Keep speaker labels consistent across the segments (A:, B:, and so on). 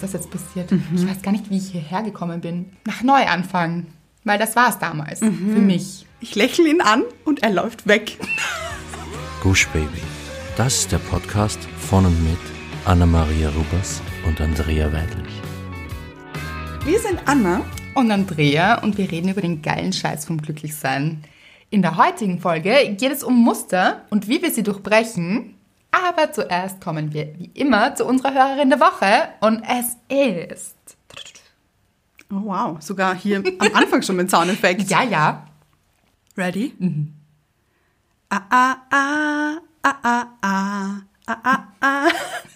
A: was jetzt passiert. Ich weiß gar nicht, wie ich hierher gekommen bin. Nach Neuanfang. Weil das war es damals für mich.
B: Ich lächle ihn an und er läuft weg.
C: Gush Baby. Das ist der Podcast von und mit Anna-Maria Rubers und Andrea Weidlich.
B: Wir sind Anna.
A: Und Andrea und wir reden über den geilen Scheiß vom Glücklichsein. In der heutigen Folge geht es um Muster und wie wir sie durchbrechen. Aber zuerst kommen wir wie immer zu unserer Hörerin der Woche und es ist.
B: Oh, wow, sogar hier am Anfang schon mit Soundeffekt.
A: Ja, ja.
B: Ready? Ah, ah, ah, ah, ah, ah, ah, ah, ah,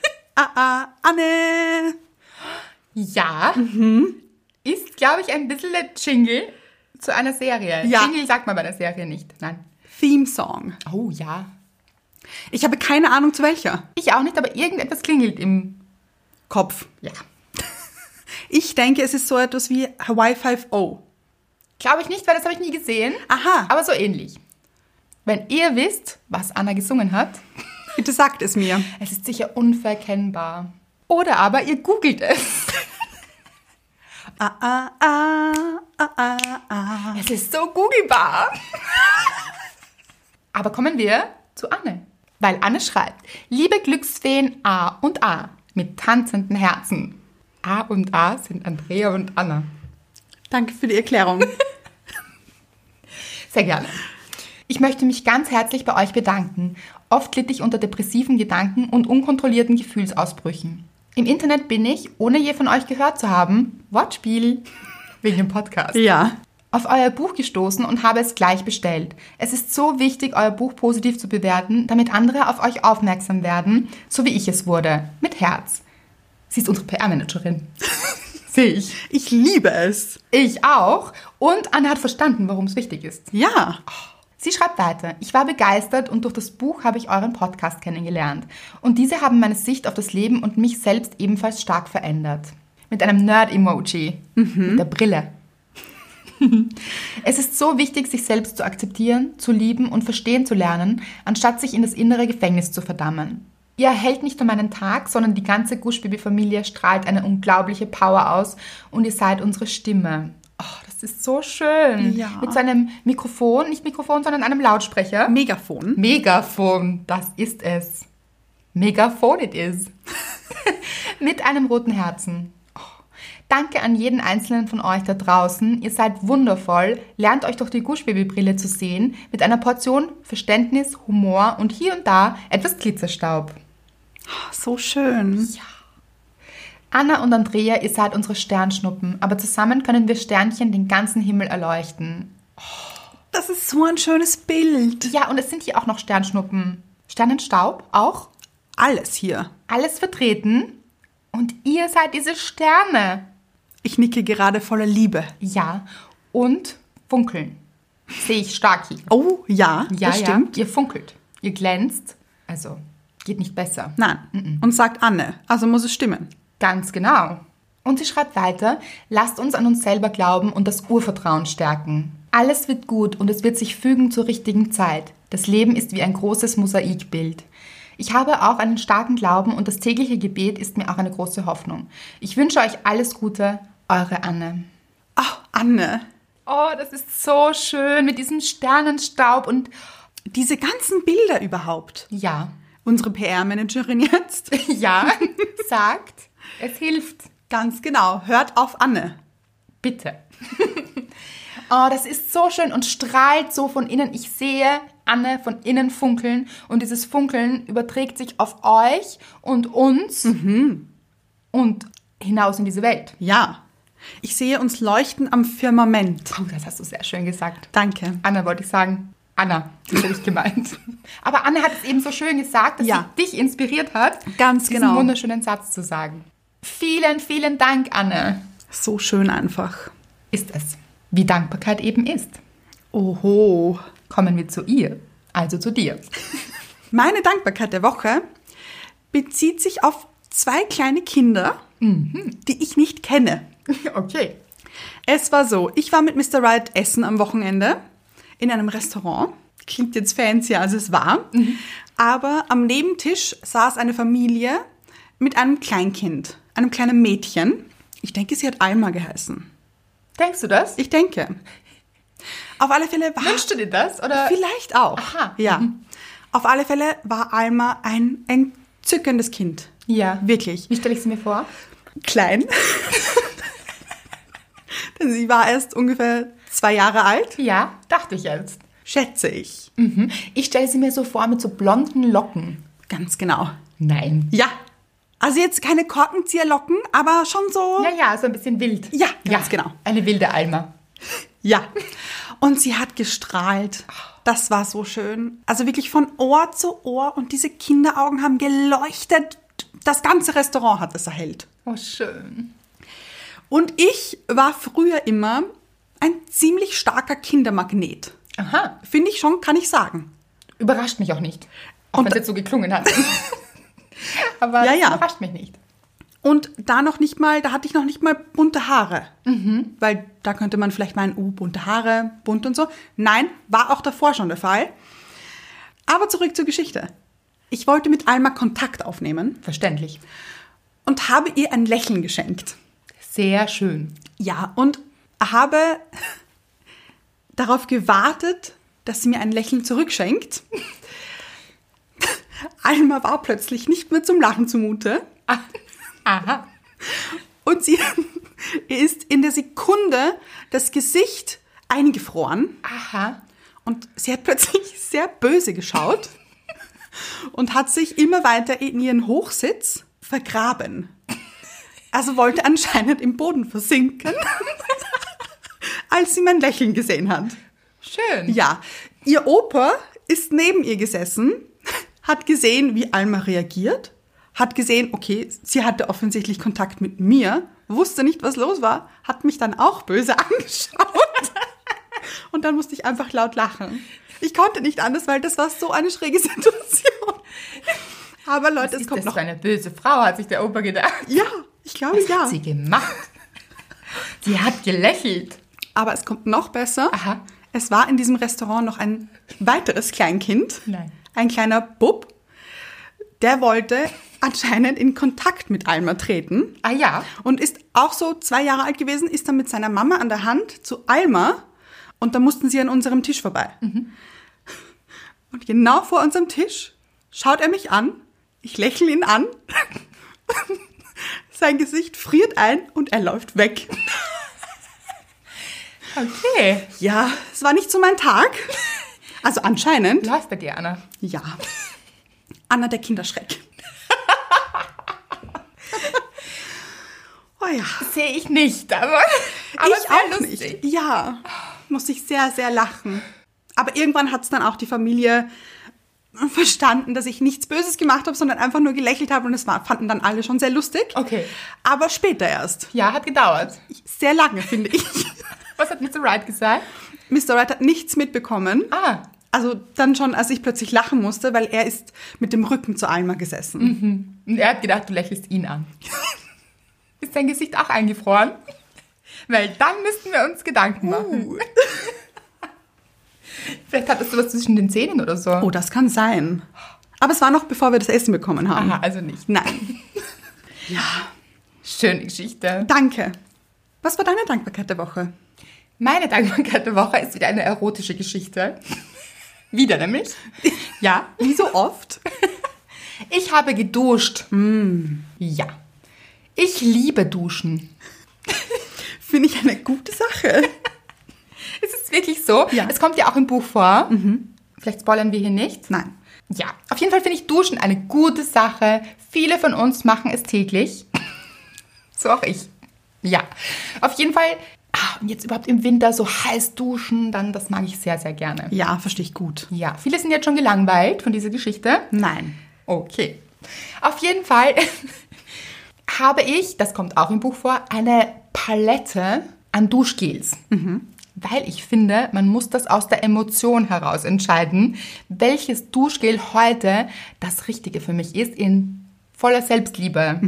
B: ah, ah, Anne.
A: Ja. Mhm. Ist, glaube ich, ein bisschen der Jingle zu einer Serie.
B: Ja.
A: Jingle sagt man bei der Serie nicht. Nein.
B: Theme Song.
A: Oh ja.
B: Ich habe keine Ahnung zu welcher.
A: Ich auch nicht, aber irgendetwas klingelt im.
B: Kopf.
A: Ja.
B: Ich denke, es ist so etwas wie Hawaii 5-0.
A: Glaube ich nicht, weil das habe ich nie gesehen.
B: Aha.
A: Aber so ähnlich. Wenn ihr wisst, was Anna gesungen hat,
B: Bitte sagt es mir.
A: es ist sicher unverkennbar. Oder aber ihr googelt es.
B: Ah, ah, ah, ah, ah, ah.
A: Es ist so googlebar. Aber kommen wir zu Anne. Weil Anne schreibt, liebe Glücksfeen A und A mit tanzenden Herzen. A und A sind Andrea und Anna.
B: Danke für die Erklärung.
A: Sehr gerne. Ich möchte mich ganz herzlich bei euch bedanken. Oft litt ich unter depressiven Gedanken und unkontrollierten Gefühlsausbrüchen. Im Internet bin ich, ohne je von euch gehört zu haben, Wortspiel wegen dem Podcast,
B: ja.
A: auf euer Buch gestoßen und habe es gleich bestellt. Es ist so wichtig, euer Buch positiv zu bewerten, damit andere auf euch aufmerksam werden, so wie ich es wurde, mit Herz. Sie ist unsere PR-Managerin. Sehe ich.
B: Ich liebe es.
A: Ich auch. Und Anne hat verstanden, warum es wichtig ist.
B: Ja.
A: Sie schreibt weiter, ich war begeistert und durch das Buch habe ich euren Podcast kennengelernt. Und diese haben meine Sicht auf das Leben und mich selbst ebenfalls stark verändert. Mit einem Nerd-Emoji. Mit der Brille. es ist so wichtig, sich selbst zu akzeptieren, zu lieben und verstehen zu lernen, anstatt sich in das innere Gefängnis zu verdammen. Ihr erhält nicht nur meinen Tag, sondern die ganze Guschbaby-Familie strahlt eine unglaubliche Power aus und ihr seid unsere Stimme. Oh, das ist so schön.
B: Ja.
A: Mit so einem Mikrofon, nicht Mikrofon, sondern einem Lautsprecher.
B: Oh, Megafon.
A: Megafon, das ist es. Megafon it is. Mit einem roten Herzen. Oh, Danke an jeden einzelnen von euch da draußen. Ihr seid wundervoll. Lernt euch durch die Guschbabybrille zu sehen mit einer Portion Verständnis, Humor und hier und da etwas Glitzerstaub.
B: So schön.
A: Anna und Andrea, ihr seid unsere Sternschnuppen, aber zusammen können wir Sternchen den ganzen Himmel erleuchten.
B: Das ist so ein schönes Bild.
A: Ja, und es sind hier auch noch Sternschnuppen. Sternenstaub auch?
B: Alles hier.
A: alles vertreten und ihr seid diese Sterne.
B: Ich nicke gerade voller Liebe.
A: Ja, und funkeln. Sehe ich stark hier.
B: Oh, ja,
A: Ja,
B: das
A: ja,
B: stimmt.
A: ihr funkelt. Ihr glänzt. Also, geht nicht besser.
B: Nein. Und sagt Anne. Also muss es stimmen.
A: Ganz genau. Und sie schreibt weiter, lasst uns an uns selber glauben und das Urvertrauen stärken. Alles wird gut und es wird sich fügen zur richtigen Zeit. Das Leben ist wie ein großes Mosaikbild. Ich habe auch einen starken Glauben und das tägliche Gebet ist mir auch eine große Hoffnung. Ich wünsche euch alles Gute, eure Anne.
B: Ach, Ah, Anne.
A: Oh, das ist so schön mit diesem Sternenstaub und
B: Diese ganzen Bilder überhaupt.
A: ja,
B: Unsere PR-Managerin jetzt.
A: ja, sagt, es hilft.
B: Ganz genau. Hört auf Anne.
A: Bitte. oh, das ist so schön und strahlt so von innen. Ich sehe Anne von innen funkeln und dieses Funkeln überträgt sich auf euch und uns
B: Mhm.
A: und hinaus in diese Welt.
B: Ja. Ich sehe uns leuchten am Firmament.
A: Oh, das hast du sehr schön gesagt.
B: Danke.
A: Anna wollte ich sagen. Anna, das habe ich gemeint. Aber Anne hat es eben so schön gesagt, dass
B: Ja.
A: sie dich inspiriert hat,
B: Ganz
A: diesen
B: genau.
A: wunderschönen Satz zu sagen. Vielen, vielen Dank, Anne.
B: So schön einfach.
A: Ist es, wie Dankbarkeit eben ist. Oh,
B: Oho.
A: Kommen wir zu ihr, also zu dir.
B: Meine Dankbarkeit der Woche bezieht sich auf zwei kleine Kinder,
A: Mhm.
B: die ich nicht kenne.
A: Okay.
B: Es war so, ich war mit Mr. Wright essen am Wochenende in einem Restaurant. Klingt jetzt fancier, als es war. Aber am Nebentisch saß eine Familie mit einem Kleinkind, einem kleinen Mädchen. Ich denke, sie hat Alma geheißen.
A: Denkst du das?
B: Ich denke. Auf alle Fälle war
A: Wünschst du dir das? Oder?
B: vielleicht auch.
A: äh, Aha.
B: Ja. Auf alle Fälle war Alma ein entzückendes Kind.
A: Ja.
B: Wirklich.
A: Wie stelle ich sie mir vor?
B: klein. Denn sie war erst ungefähr zwei Jahre alt,
A: Ja, dachte ich jetzt.
B: schätze ich.
A: Mhm. Ich stelle sie mir so vor mit so blonden Locken.
B: Ganz genau.
A: Nein.
B: Ja. Also jetzt keine Korkenzieherlocken, aber schon so.
A: Ja, ja, so ein bisschen wild.
B: Ja, ganz genau.
A: Eine wilde Alma.
B: Ja. Und sie hat gestrahlt. Das war so schön. Also wirklich von Ohr zu Ohr und diese Kinderaugen haben geleuchtet. Das ganze Restaurant hat es erhellt.
A: Oh, schön.
B: Und ich war früher immer ein ziemlich starker Kindermagnet.
A: Aha.
B: Finde ich schon, kann ich sagen.
A: Überrascht mich auch nicht. Auch wenn
B: Und-
A: es jetzt so geklungen hat. Aber
B: Ja, ja.
A: es überrascht mich nicht.
B: Und da noch nicht mal, da hatte ich noch nicht mal bunte Haare. Weil da könnte man vielleicht meinen, uh, bunte Haare, bunt und so. Nein, war auch davor schon der Fall. Aber zurück zur Geschichte. Ich wollte mit Alma Kontakt aufnehmen
A: Verständlich.
B: und habe ihr ein Lächeln geschenkt.
A: Sehr schön.
B: Ja, und habe darauf gewartet, dass sie mir ein Lächeln zurückschenkt. Alma war plötzlich nicht mehr zum Lachen zumute.
A: Aha.
B: Und sie ihr ist in der Sekunde das Gesicht eingefroren
A: Aha.
B: und sie hat plötzlich sehr böse geschaut und hat sich immer weiter in ihren Hochsitz vergraben. Also wollte anscheinend im Boden versinken, als sie mein Lächeln gesehen hat.
A: Schön.
B: Ja, ihr Opa ist neben ihr gesessen, hat gesehen, wie Alma reagiert, hat gesehen, okay, sie hatte offensichtlich Kontakt mit mir, wusste nicht, was los war, hat mich dann auch böse angeschaut. Und dann musste ich einfach laut lachen. Ich konnte nicht anders, weil das war so eine schräge Situation. Aber Leute, es
A: Ist
B: kommt
A: das
B: noch.
A: für eine böse Frau, hat sich der Opa gedacht.
B: Ja, ich glaube
A: Was
B: ja.
A: hat sie gemacht? Sie hat gelächelt.
B: Aber es kommt noch besser.
A: Aha.
B: Es war in diesem Restaurant noch ein weiteres Kleinkind.
A: Nein.
B: Ein kleiner Bub. Der wollte anscheinend in Kontakt mit Alma treten
A: Ah ja.
B: und ist auch so zwei Jahre alt gewesen, ist dann mit seiner Mama an der Hand zu Alma und da mussten sie an unserem Tisch vorbei.
A: Mhm.
B: Und genau vor unserem Tisch schaut er mich an, ich lächle ihn an, sein Gesicht friert ein und er läuft weg.
A: Okay.
B: Ja, es war nicht so mein Tag. Also anscheinend.
A: Läuft bei dir, Anna.
B: Ja. Anna der Kinderschreck. Oh ja.
A: Sehe ich nicht, aber, aber
B: ich
A: sehr
B: auch
A: lustig.
B: nicht. Ja. Musste ich sehr, sehr lachen. Aber irgendwann hat es dann auch die Familie verstanden, dass ich nichts Böses gemacht habe, sondern einfach nur gelächelt habe und das war, fanden dann alle schon sehr lustig.
A: Okay.
B: Aber später erst.
A: Ja, hat gedauert.
B: Sehr lange, finde ich.
A: Was hat Mr. Wright gesagt?
B: Mr. Wright hat nichts mitbekommen.
A: Ah,
B: Also dann schon, als ich plötzlich lachen musste, weil er ist mit dem Rücken zu Alma gesessen.
A: Mhm. und er hat gedacht, du lächelst ihn an. Ist dein Gesicht auch eingefroren? Weil dann müssten wir uns Gedanken machen. Vielleicht hattest du was zwischen den Zähnen oder so.
B: Oh, das kann sein. Aber es war noch, bevor wir das Essen bekommen haben.
A: Aha, also nicht.
B: Nein.
A: Schöne Geschichte.
B: Danke. Was war deine Dankbarkeit der Woche?
A: Meine Dankbarkeit der Woche ist wieder eine erotische Geschichte. wieder nämlich. Ja,
B: Wie so oft?
A: ich habe geduscht.
B: Hm.
A: Ja. Ich liebe Duschen.
B: Finde ich eine gute Sache.
A: Es ist wirklich so.
B: Ja. Mhm.
A: Es kommt ja auch im Buch vor. Vielleicht spoilern wir hier nicht.
B: Nein.
A: Ja, auf jeden Fall finde ich Duschen eine gute Sache. Viele von uns machen es täglich. so auch ich. Ja, auf jeden Fall. Ah, und jetzt überhaupt im Winter so heiß duschen, dann das mag ich sehr, sehr gerne.
B: Ja, verstehe ich gut.
A: Ja, viele sind jetzt schon gelangweilt von dieser Geschichte.
B: Nein.
A: Okay. Auf jeden Fall habe ich, das kommt auch im Buch vor, eine Palette an Duschgels. Weil ich finde, man muss das aus der Emotion heraus entscheiden, welches Duschgel heute das Richtige für mich ist in voller Selbstliebe.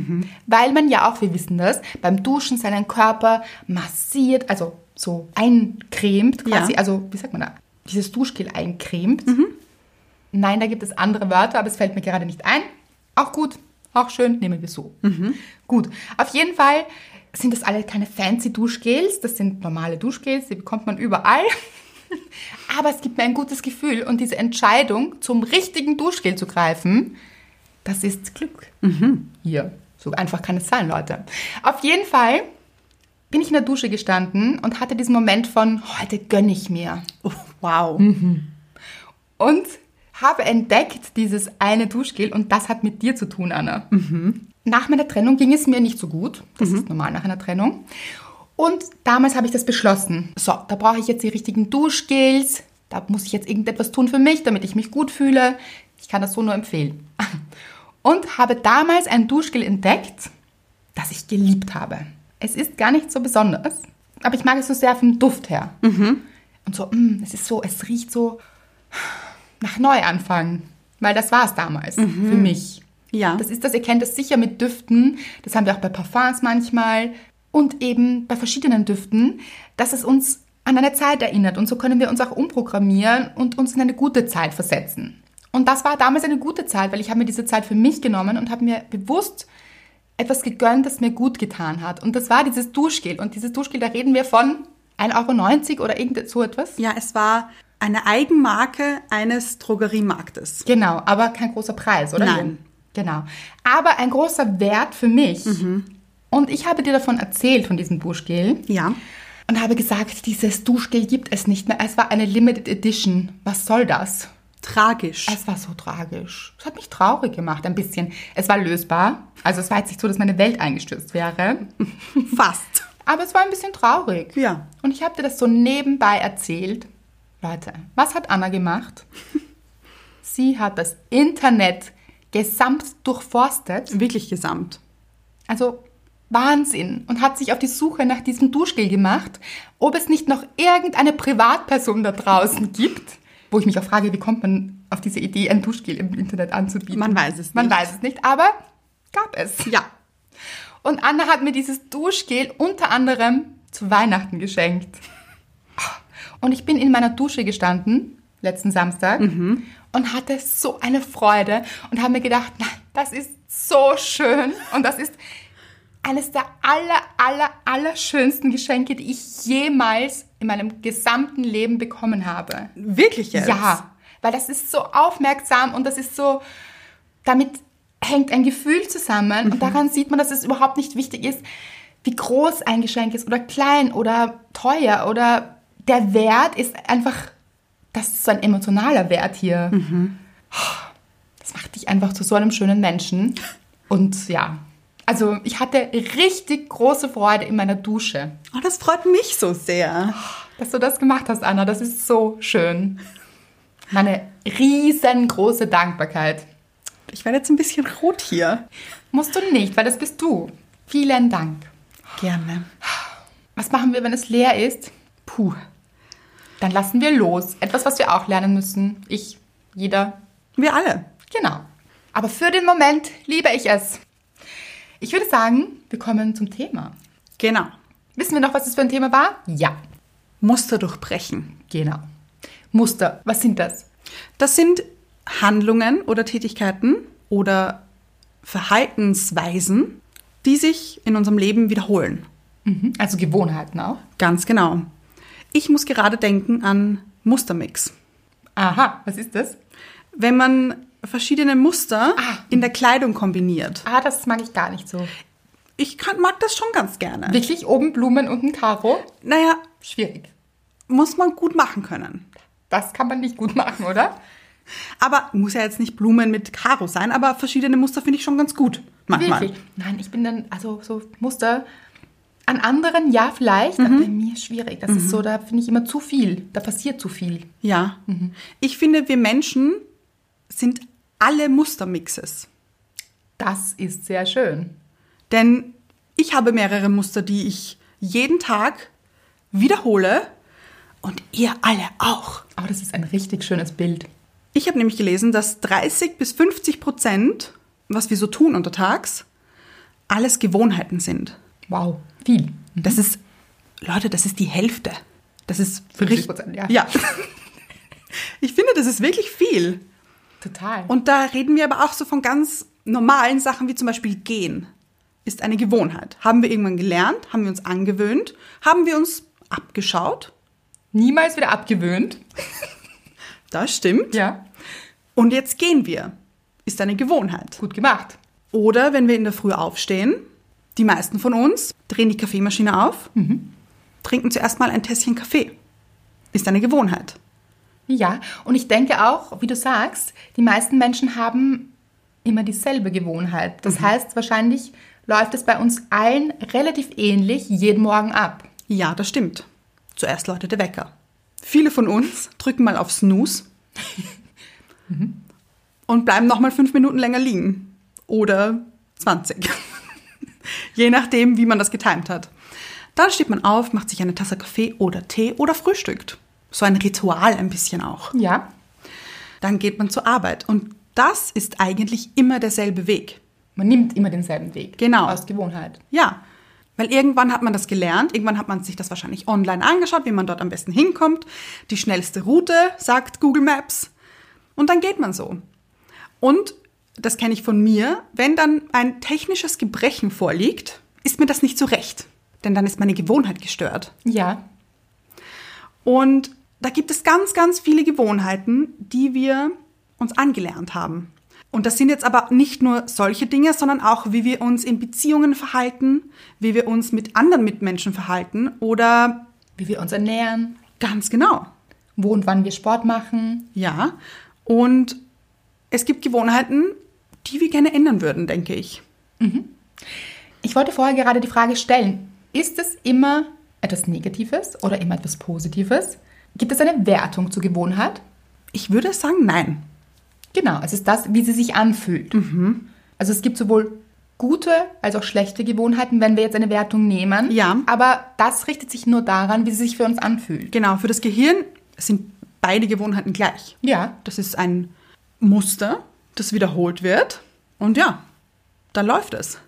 A: Weil man ja auch, wir wissen das, beim Duschen seinen Körper massiert, also so eincremt
B: Ja.
A: quasi, also wie sagt man da, dieses Duschgel eincremt. Nein, da gibt es andere Wörter, aber es fällt mir gerade nicht ein. Auch gut. Auch schön, nehmen wir so. Gut, auf jeden Fall sind das alle keine fancy Duschgels, das sind normale Duschgels, die bekommt man überall. Aber es gibt mir ein gutes Gefühl und diese Entscheidung, zum richtigen Duschgel zu greifen, das ist Glück. Hier. So einfach kann es sein, Leute. Auf jeden Fall bin ich in der Dusche gestanden und hatte diesen Moment von, heute gönne ich mir.
B: Oh, wow.
A: Mhm. Und habe entdeckt dieses eine Duschgel und das hat mit dir zu tun, Anna. Nach meiner Trennung ging es mir nicht so gut. Das ist normal nach einer Trennung. Und damals habe ich das beschlossen. So, da brauche ich jetzt die richtigen Duschgels. Da muss ich jetzt irgendetwas tun für mich, damit ich mich gut fühle. Ich kann das so nur empfehlen. Und habe damals ein Duschgel entdeckt, das ich geliebt habe. Es ist gar nicht so besonders, aber ich mag es so sehr vom Duft her. Und so, mm, es ist so, es riecht so nach Neuanfang. Weil das war es damals für mich.
B: Ja.
A: Das ist das, ihr kennt das sicher mit Düften. Das haben wir auch bei Parfums manchmal und eben bei verschiedenen Düften, dass es uns an eine Zeit erinnert. Und so können wir uns auch umprogrammieren und uns in eine gute Zeit versetzen. Und das war damals eine gute Zeit, weil ich habe mir diese Zeit für mich genommen und habe mir bewusst etwas gegönnt, das mir gut getan hat. Und das war dieses Duschgel. Und dieses Duschgel, da reden wir von 1,90 Euro oder irgend so etwas.
B: Ja, es war eine Eigenmarke eines Drogeriemarktes.
A: Genau, aber kein großer Preis, oder?
B: Nein.
A: Genau. Aber ein großer Wert für mich. Und ich habe dir davon erzählt, von diesem Duschgel.
B: Ja.
A: Und habe gesagt, dieses Duschgel gibt es nicht mehr. Es war eine Limited Edition. Was soll das?
B: Tragisch.
A: Es war so tragisch. Es hat mich traurig gemacht, ein bisschen. Es war lösbar. Also es war jetzt nicht so, dass meine Welt eingestürzt wäre.
B: Fast.
A: Aber es war ein bisschen traurig.
B: Ja.
A: Und ich habe dir das so nebenbei erzählt. Leute, was hat Anna gemacht? Sie hat das Internet gesamt durchforstet.
B: Wirklich gesamt.
A: Also Wahnsinn. Und hat sich auf die Suche nach diesem Duschgel gemacht, ob es nicht noch irgendeine Privatperson da draußen gibt. Wo ich mich auch frage, wie kommt man auf diese Idee, ein Duschgel im Internet anzubieten?
B: Man weiß es
A: Man
B: nicht.
A: weiß es nicht, aber gab es.
B: Ja.
A: Und Anna hat mir dieses Duschgel unter anderem zu Weihnachten geschenkt. Und ich bin in meiner Dusche gestanden, letzten Samstag, und hatte so eine Freude und habe mir gedacht, nein, das ist so schön. Und das ist eines der aller, aller, aller schönsten Geschenke, die ich jemals in meinem gesamten Leben bekommen habe.
B: Wirklich jetzt?
A: Ja, weil das ist so aufmerksam und das ist so, damit hängt ein Gefühl zusammen und daran sieht man, dass es überhaupt nicht wichtig ist, wie groß ein Geschenk ist oder klein oder teuer oder der Wert ist einfach, das ist so ein emotionaler Wert hier. Das macht dich einfach zu so einem schönen Menschen. Und ja, also ich hatte richtig große Freude in meiner Dusche,
B: Oh, das freut mich so sehr.
A: dass du das gemacht hast, Anna. Das ist so schön. Meine riesengroße Dankbarkeit.
B: Ich werde jetzt ein bisschen rot hier.
A: Musst du nicht, weil das bist du. Vielen Dank.
B: Gerne.
A: Was machen wir, wenn es leer ist? Puh. Dann lassen wir los. Etwas, was wir auch lernen müssen. Ich, jeder,
B: Wir alle.
A: Genau. Aber für den Moment liebe ich es. Ich würde sagen, wir kommen zum Thema.
B: Genau.
A: Wissen wir noch, was es für ein Thema war? Ja,
B: Muster durchbrechen.
A: genau. Muster, was sind das?
B: Das sind Handlungen oder Tätigkeiten oder Verhaltensweisen, die sich in unserem Leben wiederholen.
A: Mhm. Also Gewohnheiten auch.
B: Ganz genau. Ich muss gerade denken an Mustermix.
A: Aha, was ist das?
B: Wenn man verschiedene Muster
A: Ah.
B: in der Kleidung kombiniert.
A: Ah, das mag ich gar nicht so.
B: Ich kann, mag das schon ganz gerne.
A: Wirklich oben Blumen, unten Karo?
B: Naja,
A: Schwierig.
B: muss man gut machen können.
A: Das kann man nicht gut machen, oder?
B: Aber muss ja jetzt nicht Blumen mit Karo sein, aber verschiedene Muster finde ich schon ganz gut. Manchmal.
A: Wirklich. Nein, ich bin dann, also so Muster. An anderen ja vielleicht, aber bei mir schwierig. Das ist so, da finde ich immer zu viel. Da passiert zu viel.
B: Ja. Ich finde, wir Menschen sind alle Mustermixes.
A: Das ist sehr schön.
B: Denn ich habe mehrere Muster, die ich jeden Tag wiederhole und ihr alle auch.
A: Aber das ist ein richtig schönes Bild.
B: Ich habe nämlich gelesen, dass 30 bis 50 Prozent, was wir so tun untertags, alles Gewohnheiten sind.
A: Wow, viel.
B: Das ist, Leute, das ist die Hälfte. Das ist
A: 50
B: richtig-
A: Prozent, ja.
B: ja. Ich finde, das ist wirklich viel.
A: Total. Und
B: Und da reden wir aber auch so von ganz normalen Sachen wie zum Beispiel gehen ist eine Gewohnheit. Haben wir irgendwann gelernt, haben wir uns angewöhnt, haben wir uns abgeschaut.
A: Niemals wieder abgewöhnt.
B: Das stimmt.
A: Ja.
B: Und jetzt gehen wir. Ist eine Gewohnheit.
A: Gut gemacht.
B: Oder wenn wir in der Früh aufstehen, die meisten von uns drehen die Kaffeemaschine auf,
A: Mhm.
B: trinken zuerst mal ein Tässchen Kaffee. Ist eine Gewohnheit.
A: Ja, und ich denke auch, wie du sagst, die meisten Menschen haben immer dieselbe Gewohnheit. Das heißt, wahrscheinlich läuft es bei uns allen relativ ähnlich jeden Morgen ab.
B: Ja, das stimmt. Zuerst läutet der Wecker. Viele von uns drücken mal auf Snooze und bleiben nochmal fünf Minuten länger liegen. Oder 20. Je nachdem, wie man das getimt hat. Dann steht man auf, macht sich eine Tasse Kaffee oder Tee oder frühstückt. So ein Ritual ein bisschen auch.
A: Ja.
B: Dann geht man zur Arbeit. Und das ist eigentlich immer derselbe Weg.
A: Man nimmt immer denselben Weg.
B: Genau.
A: Aus Gewohnheit.
B: Ja, weil irgendwann hat man das gelernt, irgendwann hat man sich das wahrscheinlich online angeschaut, wie man dort am besten hinkommt. Die schnellste Route, sagt Google Maps. Und dann geht man so. Und das kenne ich von mir, wenn dann ein technisches Gebrechen vorliegt, ist mir das nicht so recht. Denn dann ist meine Gewohnheit gestört.
A: Ja.
B: Und da gibt es ganz, ganz viele Gewohnheiten, die wir uns angelernt haben. Und das sind jetzt aber nicht nur solche Dinge, sondern auch, wie wir uns in Beziehungen verhalten, wie wir uns mit anderen Mitmenschen verhalten oder
A: Wie wir uns ernähren,
B: ganz genau.
A: wo und wann wir Sport machen.
B: Ja. Und es gibt Gewohnheiten, die wir gerne ändern würden, denke ich.
A: Ich wollte vorher gerade die Frage stellen, ist es immer etwas Negatives oder immer etwas Positives? Gibt es eine Wertung zur Gewohnheit?
B: Ich würde sagen, nein.
A: Genau, es ist das, wie sie sich anfühlt. Also es gibt sowohl gute als auch schlechte Gewohnheiten, wenn wir jetzt eine Wertung nehmen.
B: Ja.
A: Aber das richtet sich nur daran, wie sie sich für uns anfühlt.
B: Genau, für das Gehirn sind beide Gewohnheiten gleich.
A: Ja.
B: Das ist ein Muster, das wiederholt wird. Und ja, da läuft es.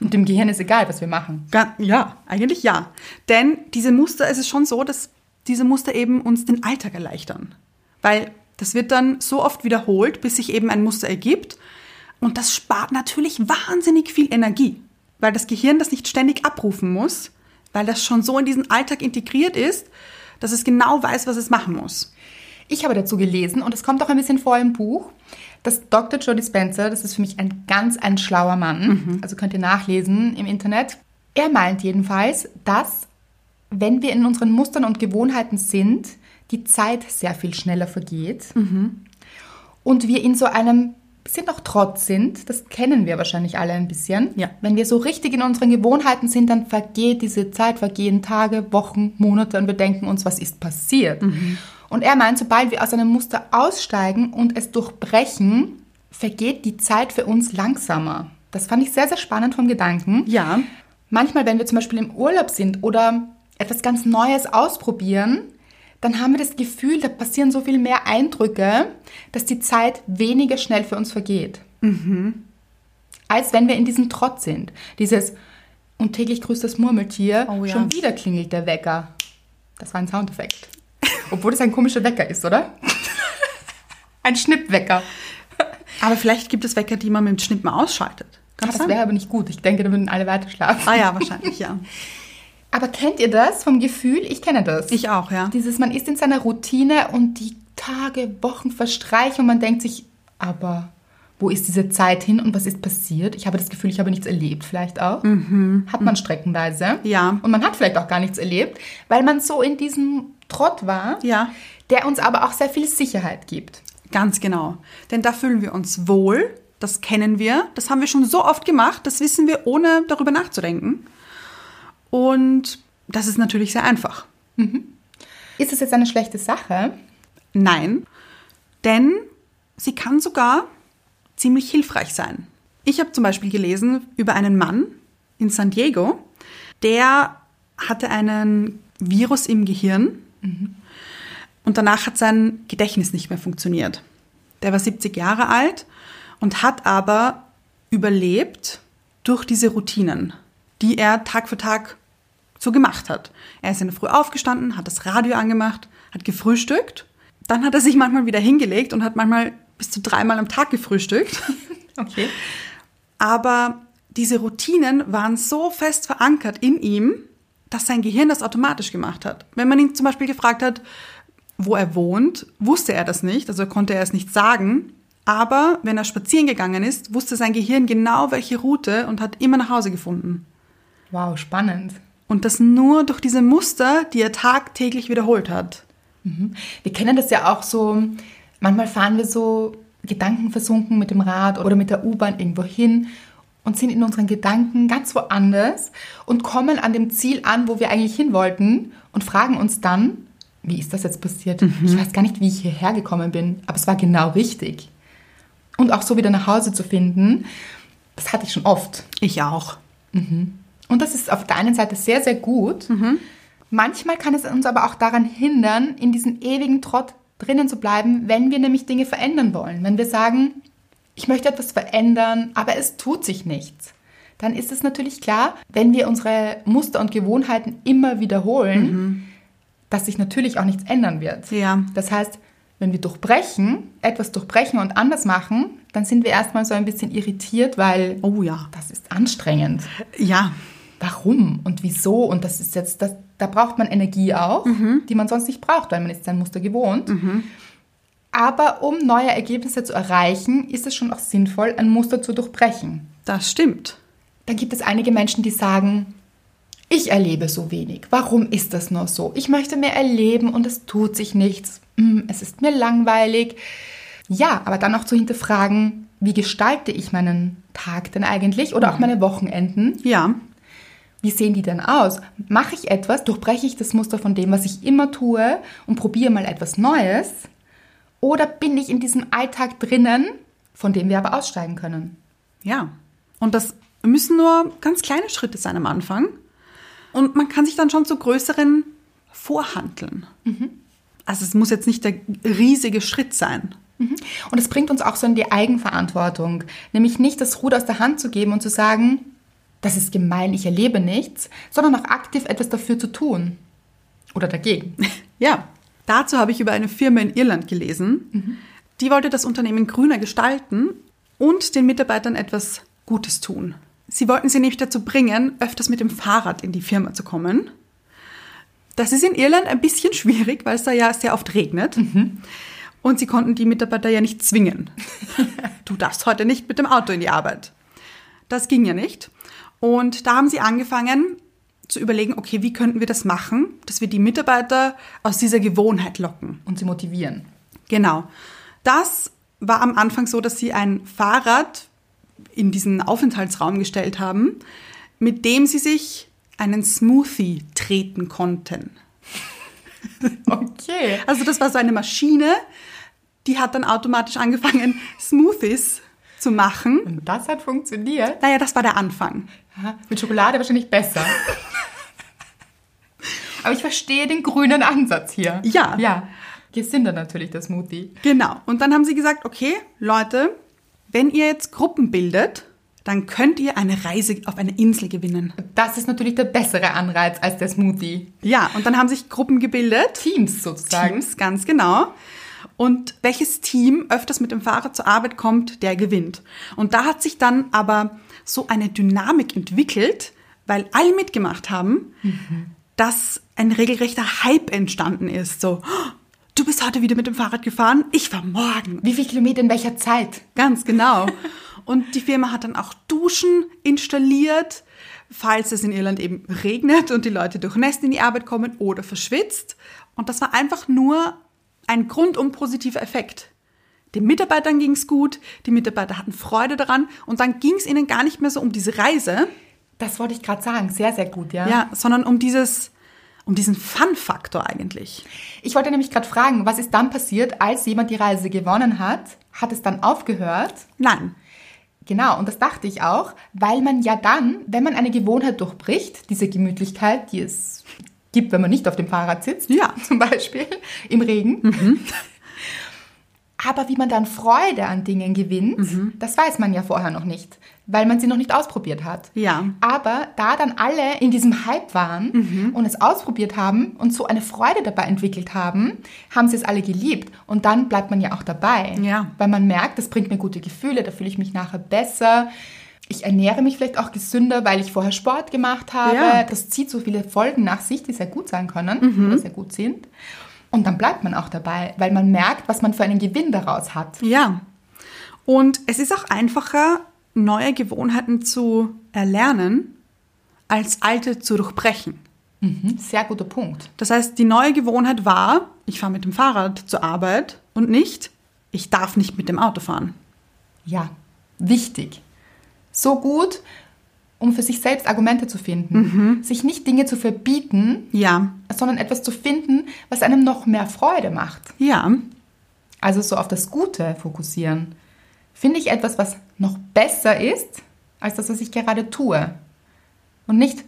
A: Und dem Gehirn ist egal, was wir machen.
B: Ga- Ja, eigentlich ja. Denn diese Muster, es ist schon so, dass diese Muster eben uns den Alltag erleichtern. Weil das wird dann so oft wiederholt, bis sich eben ein Muster ergibt. Und das spart natürlich wahnsinnig viel Energie, weil das Gehirn das nicht ständig abrufen muss, weil das schon so in diesen Alltag integriert ist, dass es genau weiß, was es machen muss.
A: Ich habe dazu gelesen, und es kommt auch ein bisschen vor im Buch, dass Dr. Joe Dispenza, das ist für mich ein ganz ein schlauer Mann, also könnt ihr nachlesen im Internet, er meint jedenfalls, dass wenn wir in unseren Mustern und Gewohnheiten sind, die Zeit sehr viel schneller vergeht und wir in so einem bisschen auch Trotz sind, das kennen wir wahrscheinlich alle ein bisschen.
B: Ja.
A: Wenn wir so richtig in unseren Gewohnheiten sind, dann vergeht diese Zeit, vergehen Tage, Wochen, Monate und wir denken uns, was ist passiert. Und er meint, sobald wir aus einem Muster aussteigen und es durchbrechen, vergeht die Zeit für uns langsamer. Das fand ich sehr, sehr spannend vom Gedanken.
B: Ja,
A: Manchmal, wenn wir zum Beispiel im Urlaub sind oder etwas ganz Neues ausprobieren, dann haben wir das Gefühl, da passieren so viel mehr Eindrücke, dass die Zeit weniger schnell für uns vergeht.
B: Mhm.
A: Als wenn wir in diesem Trott sind. Dieses und täglich grüßt das Murmeltier,
B: Oh ja.
A: schon wieder klingelt der Wecker. Das war ein Soundeffekt. Obwohl es ein komischer Wecker ist, oder? ein Schnippwecker.
B: aber vielleicht gibt es Wecker, die man mit dem Schnippen ausschaltet. Kann
A: Das
B: sein?
A: wäre aber nicht gut. Ich denke, da würden alle weiter schlafen.
B: ah ja, wahrscheinlich, ja.
A: Aber kennt ihr das vom Gefühl? Ich kenne das.
B: Ich auch, ja.
A: Dieses, man ist in seiner Routine und die Tage, Wochen verstreichen und man denkt sich, aber wo ist diese Zeit hin und was ist passiert? Ich habe das Gefühl, ich habe nichts erlebt, vielleicht auch. Hat man streckenweise.
B: Mhm, Ja.
A: Und man hat vielleicht auch gar nichts erlebt, weil man so in diesem Trott war,
B: Ja.
A: der uns aber auch sehr viel Sicherheit gibt.
B: Ganz genau. Denn da fühlen wir uns wohl, das kennen wir, das haben wir schon so oft gemacht, das wissen wir, ohne darüber nachzudenken. Und das ist natürlich sehr einfach.
A: Ist es jetzt eine schlechte Sache?
B: Nein, denn sie kann sogar ziemlich hilfreich sein. Ich habe zum Beispiel gelesen über einen Mann in San Diego, der hatte einen Virus im Gehirn und danach hat sein Gedächtnis nicht mehr funktioniert. Der war 70 Jahre alt und hat aber überlebt durch diese Routinen, die er Tag für Tag so gemacht hat. Er ist in der Früh aufgestanden, hat das Radio angemacht, hat gefrühstückt, dann hat er sich manchmal wieder hingelegt und hat manchmal bis zu dreimal am Tag gefrühstückt
A: Okay.
B: Aber diese Routinen waren so fest verankert in ihm, dass sein Gehirn das automatisch gemacht hat. Wenn man ihn zum Beispiel gefragt hat, wo er wohnt, wusste er das nicht, also konnte er es nicht sagen. Aber wenn er spazieren gegangen ist, wusste sein Gehirn genau welche Route und hat immer nach Hause gefunden.
A: Wow, spannend.
B: Und das nur durch diese Muster, die er tagtäglich wiederholt hat.
A: Wir kennen das ja auch so, manchmal fahren wir so gedankenversunken mit dem Rad oder mit der U-Bahn irgendwo hin und sind in unseren Gedanken ganz woanders und kommen an dem Ziel an, wo wir eigentlich hin wollten und fragen uns dann, wie ist das jetzt passiert? Ich weiß gar nicht, wie ich hierher gekommen bin, aber es war genau richtig. Und auch so wieder nach Hause zu finden, das hatte ich schon oft.
B: Ich auch.
A: Und das ist auf der einen Seite sehr, sehr gut.
B: Mhm.
A: Manchmal kann es uns aber auch daran hindern, in diesem ewigen Trott drinnen zu bleiben, wenn wir nämlich Dinge verändern wollen. Wenn wir sagen, ich möchte etwas verändern, aber es tut sich nichts. Dann ist es natürlich klar, wenn wir unsere Muster und Gewohnheiten immer wiederholen, dass sich natürlich auch nichts ändern wird.
B: Mhm. Ja.
A: Das heißt, wenn wir durchbrechen, etwas durchbrechen und anders machen, dann sind wir erstmal so ein bisschen irritiert, weil
B: Oh ja.
A: das ist anstrengend
B: Ja.
A: warum und wieso und das ist jetzt, das, da braucht man Energie auch, die man sonst nicht braucht, weil man ist sein Muster gewohnt. Aber um neue Ergebnisse zu erreichen, ist es schon auch sinnvoll, ein Muster zu durchbrechen.
B: Das stimmt.
A: Dann gibt es einige Menschen, die sagen, ich erlebe so wenig. Warum ist das nur so? Ich möchte mehr erleben und es tut sich nichts. Hm, Es ist mir langweilig. Ja, aber dann auch zu hinterfragen, wie gestalte ich meinen Tag denn eigentlich oder auch meine Wochenenden?
B: Ja.
A: Wie sehen die denn aus? Mache ich etwas, durchbreche ich das Muster von dem, was ich immer tue und probiere mal etwas Neues? Oder bin ich in diesem Alltag drinnen, von dem wir aber aussteigen können?
B: Ja. Und das müssen nur ganz kleine Schritte sein am Anfang. Und man kann sich dann schon zu größeren vorhandeln. Also es muss jetzt nicht der riesige Schritt sein.
A: Und es bringt uns auch so in die Eigenverantwortung, nämlich nicht das Ruder aus der Hand zu geben und zu sagen, das ist gemein, ich erlebe nichts, sondern auch aktiv etwas dafür zu tun. Oder dagegen.
B: Ja, dazu habe ich über eine Firma in Irland gelesen. Die wollte das Unternehmen grüner gestalten und den Mitarbeitern etwas Gutes tun. Sie wollten sie nämlich dazu bringen, öfters mit dem Fahrrad in die Firma zu kommen. Das ist in Irland ein bisschen schwierig, weil es da ja sehr oft regnet. Und sie konnten die Mitarbeiter ja nicht zwingen. du darfst heute nicht mit dem Auto in die Arbeit. Das ging ja nicht. Und da haben sie angefangen zu überlegen, okay, wie könnten wir das machen, dass wir die Mitarbeiter aus dieser Gewohnheit locken.
A: Und sie motivieren.
B: Genau. Das war am Anfang so, dass sie ein Fahrrad in diesen Aufenthaltsraum gestellt haben, mit dem sie sich einen Smoothie treten konnten.
A: Okay.
B: Also das war so eine Maschine, die hat dann automatisch angefangen, Smoothies zu machen.
A: Und das hat funktioniert.
B: Naja, das war der Anfang.
A: Aha, Mit Schokolade wahrscheinlich besser. Aber ich verstehe den grünen Ansatz hier.
B: Ja.
A: Ja. Gesünder natürlich, der Smoothie.
B: Genau. Und dann haben sie gesagt, okay, Leute, wenn ihr jetzt Gruppen bildet, dann könnt ihr eine Reise auf eine Insel gewinnen.
A: Das ist natürlich der bessere Anreiz als der Smoothie.
B: Ja, und dann haben sich Gruppen gebildet.
A: Teams sozusagen.
B: Teams, ganz genau. Und welches Team öfters mit dem Fahrrad zur Arbeit kommt, der gewinnt. Und da hat sich dann aber so eine Dynamik entwickelt, weil alle mitgemacht haben, dass ein regelrechter Hype entstanden ist. So, "Oh, du bist heute wieder mit dem Fahrrad gefahren, ich war morgen
A: Wie viel Kilometer in welcher Zeit?
B: Ganz genau. Und die Firma hat dann auch Duschen installiert, falls es in Irland eben regnet und die Leute durchnässt in die Arbeit kommen oder verschwitzt. Und das war einfach nur ein rundum positiver Effekt. Den Mitarbeitern ging es gut, die Mitarbeiter hatten Freude daran und dann ging es ihnen gar nicht mehr so um diese Reise,
A: Das wollte ich gerade sagen. Sehr, sehr gut, ja.
B: ja, sondern um dieses, um diesen Fun-Faktor eigentlich.
A: Ich wollte nämlich gerade fragen, was ist dann passiert, als jemand die Reise gewonnen hat? Hat es dann aufgehört?
B: Nein,
A: Genau, und das dachte ich auch, weil man ja dann, wenn man eine Gewohnheit durchbricht, diese Gemütlichkeit, die es gibt, wenn man nicht auf dem Fahrrad sitzt,
B: Ja.
A: zum Beispiel im Regen, Aber wie man dann Freude an Dingen gewinnt, das weiß man ja vorher noch nicht, weil man sie noch nicht ausprobiert hat.
B: Ja.
A: Aber da dann alle in diesem Hype waren
B: Mhm.
A: und es ausprobiert haben und so eine Freude dabei entwickelt haben, haben sie es alle geliebt. Und dann bleibt man ja auch dabei.
B: Ja.
A: Weil man merkt, das bringt mir gute Gefühle, da fühle ich mich nachher besser. Ich ernähre mich vielleicht auch gesünder, weil ich vorher Sport gemacht habe.
B: Ja. Mhm.
A: Das zieht so viele Folgen nach sich, die sehr gut sein können oder sehr gut sind. Und dann bleibt man auch dabei, weil man merkt, was man für einen Gewinn daraus hat.
B: Ja. Und es ist auch einfacher, neue Gewohnheiten zu erlernen, als alte zu durchbrechen.
A: Mhm. Sehr guter Punkt.
B: Das heißt, die neue Gewohnheit war, ich fahre mit dem Fahrrad zur Arbeit und nicht, ich darf nicht mit dem Auto fahren.
A: Ja, wichtig. So gut, um für sich selbst Argumente zu finden. Sich nicht Dinge zu verbieten,
B: Ja,
A: sondern etwas zu finden, was einem noch mehr Freude macht.
B: ja,
A: Also so auf das Gute fokussieren. Finde ich etwas, was noch besser ist, als das, was ich gerade tue. Und nicht,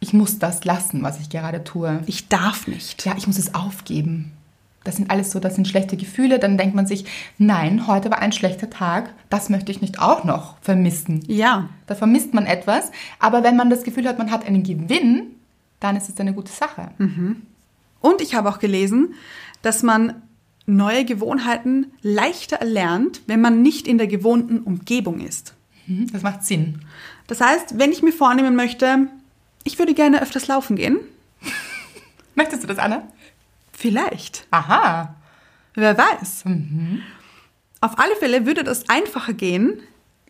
A: ich muss das lassen, was ich gerade tue.
B: ich darf nicht.
A: Ja, ich muss es aufgeben. Das sind alles so, das sind schlechte Gefühle. Dann denkt man sich, nein, heute war ein schlechter Tag. Das möchte ich nicht auch noch vermissen.
B: Ja,
A: Da vermisst man etwas. Aber wenn man das Gefühl hat, man hat einen Gewinn, dann ist es eine gute Sache.
B: Und ich habe auch gelesen, dass man neue Gewohnheiten leichter erlernt, wenn man nicht in der gewohnten Umgebung ist.
A: Mhm, Das macht Sinn.
B: Das heißt, wenn ich mir vornehmen möchte, ich würde gerne öfters laufen gehen,
A: Möchtest du das, Anna?
B: vielleicht,
A: Aha.
B: wer weiß. Mhm. Auf alle Fälle würde das einfacher gehen,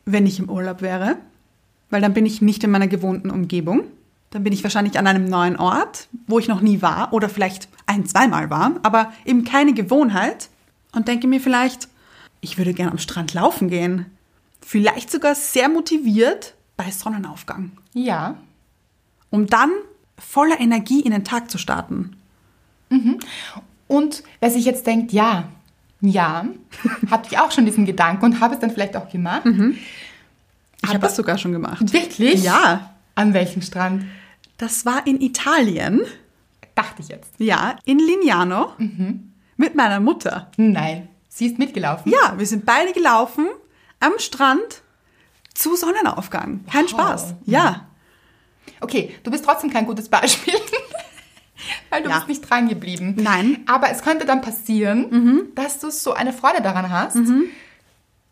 B: wenn ich im Urlaub wäre, weil dann bin ich nicht in meiner gewohnten Umgebung. Dann bin ich wahrscheinlich an einem neuen Ort, wo ich noch nie war oder vielleicht ein, zweimal war, aber eben keine Gewohnheit und denke mir vielleicht, ich würde gern am Strand laufen gehen. Vielleicht sogar sehr motiviert bei Sonnenaufgang,
A: Ja.
B: um dann voller Energie in den Tag zu starten.
A: Und wer sich jetzt denkt, ja, ja, hatte ich auch schon diesen Gedanken und habe es dann vielleicht auch gemacht.
B: Ich habe das sogar schon gemacht.
A: Wirklich?
B: Ja.
A: An welchem Strand?
B: Das war in Italien,
A: Dachte ich jetzt.
B: ja, in Lignano, mit meiner Mutter.
A: Nein. Sie ist mitgelaufen.
B: Ja, wir sind beide gelaufen am Strand zu Sonnenaufgang. Kein
A: Wow.
B: Spaß. Ja,
A: Okay, du bist trotzdem kein gutes Beispiel, weil du
B: Ja.
A: bist nicht dran geblieben.
B: Nein. Mhm.
A: Aber es könnte dann passieren, dass du so eine Freude daran hast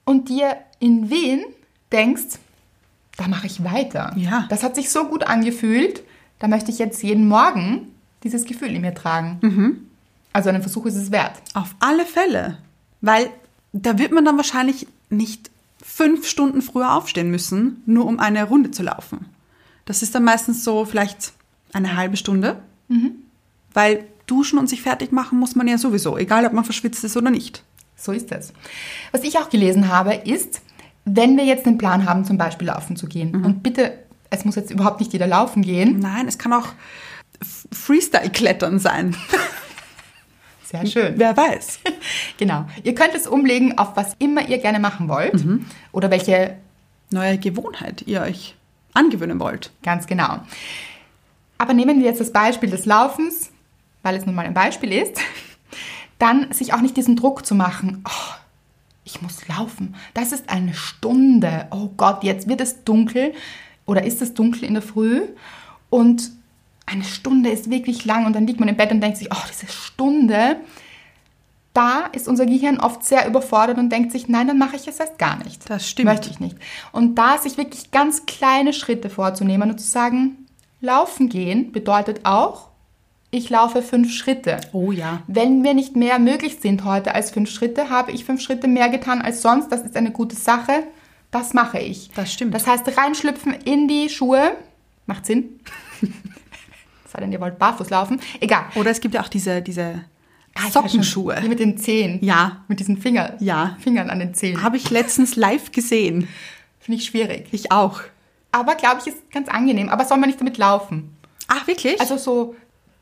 A: und dir in Wien denkst, da mache ich weiter.
B: Ja.
A: Das hat sich so gut angefühlt, da möchte ich jetzt jeden Morgen dieses Gefühl in mir tragen.
B: Mhm.
A: Also einen Versuch ist es wert.
B: auf alle Fälle. Weil da wird man dann wahrscheinlich nicht fünf Stunden früher aufstehen müssen, nur um eine Runde zu laufen. Das ist dann meistens so vielleicht eine halbe Stunde. Weil duschen und sich fertig machen muss man ja sowieso, egal ob man verschwitzt ist oder nicht.
A: So ist es. Was ich auch gelesen habe, ist, wenn wir jetzt den Plan haben, zum Beispiel laufen zu gehen,
B: Mhm.
A: und bitte, es muss jetzt überhaupt nicht jeder laufen gehen.
B: Nein, es kann auch F- Freestyle-Klettern sein.
A: Sehr schön.
B: Wer weiß.
A: Genau. Ihr könnt es umlegen auf was immer ihr gerne machen wollt oder welche
B: Neue Gewohnheit ihr euch angewöhnen wollt.
A: ganz genau. Aber nehmen wir jetzt das Beispiel des Laufens, weil es nun mal ein Beispiel ist, dann sich auch nicht diesen Druck zu machen. Oh, ich muss laufen. Das ist eine Stunde. Oh Gott, jetzt wird es dunkel oder ist es dunkel in der Früh und eine Stunde ist wirklich lang und dann liegt man im Bett und denkt sich, oh, diese Stunde. Da ist unser Gehirn oft sehr überfordert und denkt sich, nein, dann mache ich es erst gar nicht.
B: Das stimmt.
A: Möchte ich nicht. Und da sich wirklich ganz kleine Schritte vorzunehmen und zu sagen, laufen gehen bedeutet auch, ich laufe fünf Schritte.
B: Oh ja.
A: Wenn mir nicht mehr möglich sind heute als fünf Schritte, habe ich fünf Schritte mehr getan als sonst. Das ist eine gute Sache. Das mache ich.
B: Das stimmt.
A: Das heißt, reinschlüpfen in die Schuhe. Macht Sinn. Sei denn, ihr wollt barfuß laufen. Egal.
B: Oder es gibt ja auch diese, diese
A: Ah, ich weiß schon.
B: Sockenschuhe.
A: Die mit den Zehen.
B: Ja.
A: Mit diesen Finger,
B: Ja.
A: Fingern an den Zehen.
B: Habe ich letztens live gesehen.
A: Finde ich schwierig.
B: Ich auch.
A: Aber glaube ich, ist ganz angenehm. Aber soll man nicht damit laufen?
B: Ach, wirklich? Also,
A: Also so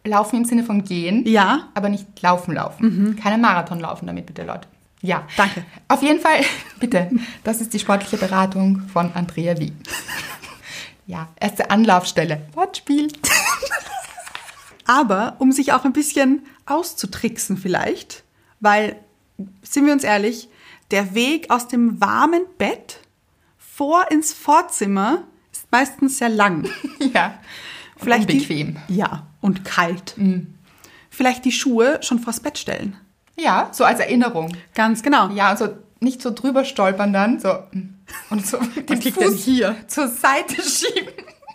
A: laufen im Sinne von gehen.
B: Ja. Mhm.
A: Aber nicht laufen, laufen. Keine Marathon laufen damit, bitte, Leute. Ja.
B: Danke.
A: Auf jeden Fall, bitte. Das ist die sportliche Beratung von Andrea Wie. Ja, erste Anlaufstelle. Wortspiel.
B: aber um sich auch ein bisschen auszutricksen vielleicht, weil sind wir uns ehrlich, der Weg aus dem warmen Bett vor ins Vorzimmer ist meistens sehr lang.
A: Ja.
B: Vielleicht
A: unbequem. Mhm.
B: Die, ja, und kalt. Vielleicht die Schuhe schon vors Bett stellen.
A: Ja, so als Erinnerung.
B: Ganz genau.
A: Ja, und so nicht so drüber stolpern dann, so hm. und so den
B: liegt denn
A: Fuß hier zur Seite schieben.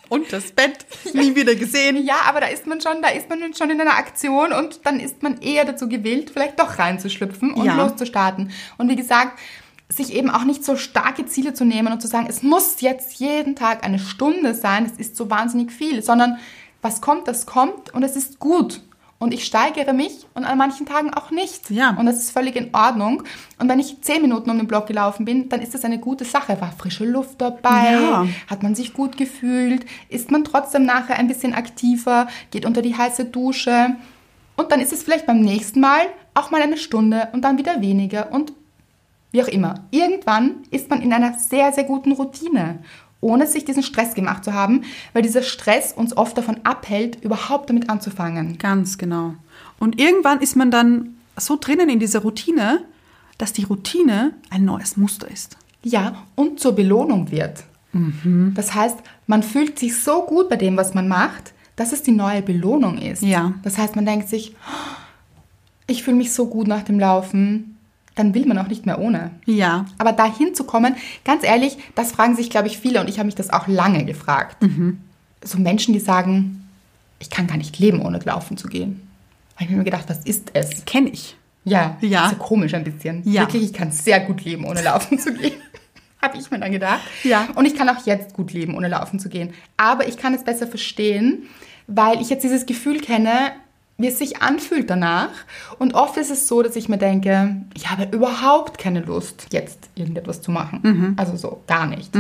B: Und das Bett nie wieder gesehen.
A: Ja, aber da ist man schon, da ist man schon in einer Aktion und dann ist man eher dazu gewillt, vielleicht doch reinzuschlüpfen und
B: Ja.
A: loszustarten. Und wie gesagt, sich eben auch nicht so starke Ziele zu nehmen und zu sagen, es muss jetzt jeden Tag eine Stunde sein, es ist so wahnsinnig viel, sondern was kommt, das kommt und es ist gut. Und ich steigere mich und an manchen Tagen auch nicht.
B: Ja.
A: Und das ist völlig in Ordnung. Und wenn ich zehn Minuten um den Block gelaufen bin, dann ist das eine gute Sache. War frische Luft dabei,
B: Ja.
A: hat man sich gut gefühlt? Ist man trotzdem nachher ein bisschen aktiver? Geht unter die heiße Dusche? Und dann ist es vielleicht beim nächsten Mal auch mal eine Stunde und dann wieder weniger und wie auch immer. Irgendwann ist man in einer sehr, sehr guten Routine, ohne sich diesen Stress gemacht zu haben, weil dieser Stress uns oft davon abhält, überhaupt damit anzufangen.
B: Ganz genau. Und irgendwann ist man dann so drinnen in dieser Routine, dass die Routine ein neues Muster ist.
A: Ja, und zur Belohnung wird.
B: Mhm.
A: Das heißt, man fühlt sich so gut bei dem, was man macht, dass es die neue Belohnung ist.
B: Ja.
A: Das heißt, man denkt sich, "Oh, ich fühle mich so gut nach dem Laufen, dann will man auch nicht mehr ohne.
B: Ja.
A: Aber dahin zu kommen, ganz ehrlich, das fragen sich, glaube ich, viele und ich habe mich das auch lange gefragt.
B: Mhm.
A: So Menschen, die sagen, ich kann gar nicht leben, ohne laufen zu gehen. Habe ich mir immer gedacht, was ist es?
B: Kenne ich.
A: Ja,
B: Ja.
A: ist ja komisch ein bisschen.
B: Ja.
A: Wirklich, ich kann sehr gut leben, ohne laufen zu gehen. Habe ich mir dann gedacht.
B: Ja.
A: Und ich kann auch jetzt gut leben, ohne laufen zu gehen. Aber ich kann es besser verstehen, weil ich jetzt dieses Gefühl kenne, wie es sich anfühlt danach. Und oft ist es so, dass ich mir denke, ich habe überhaupt keine Lust, jetzt irgendetwas zu machen.
B: Mhm.
A: Also so, gar nicht.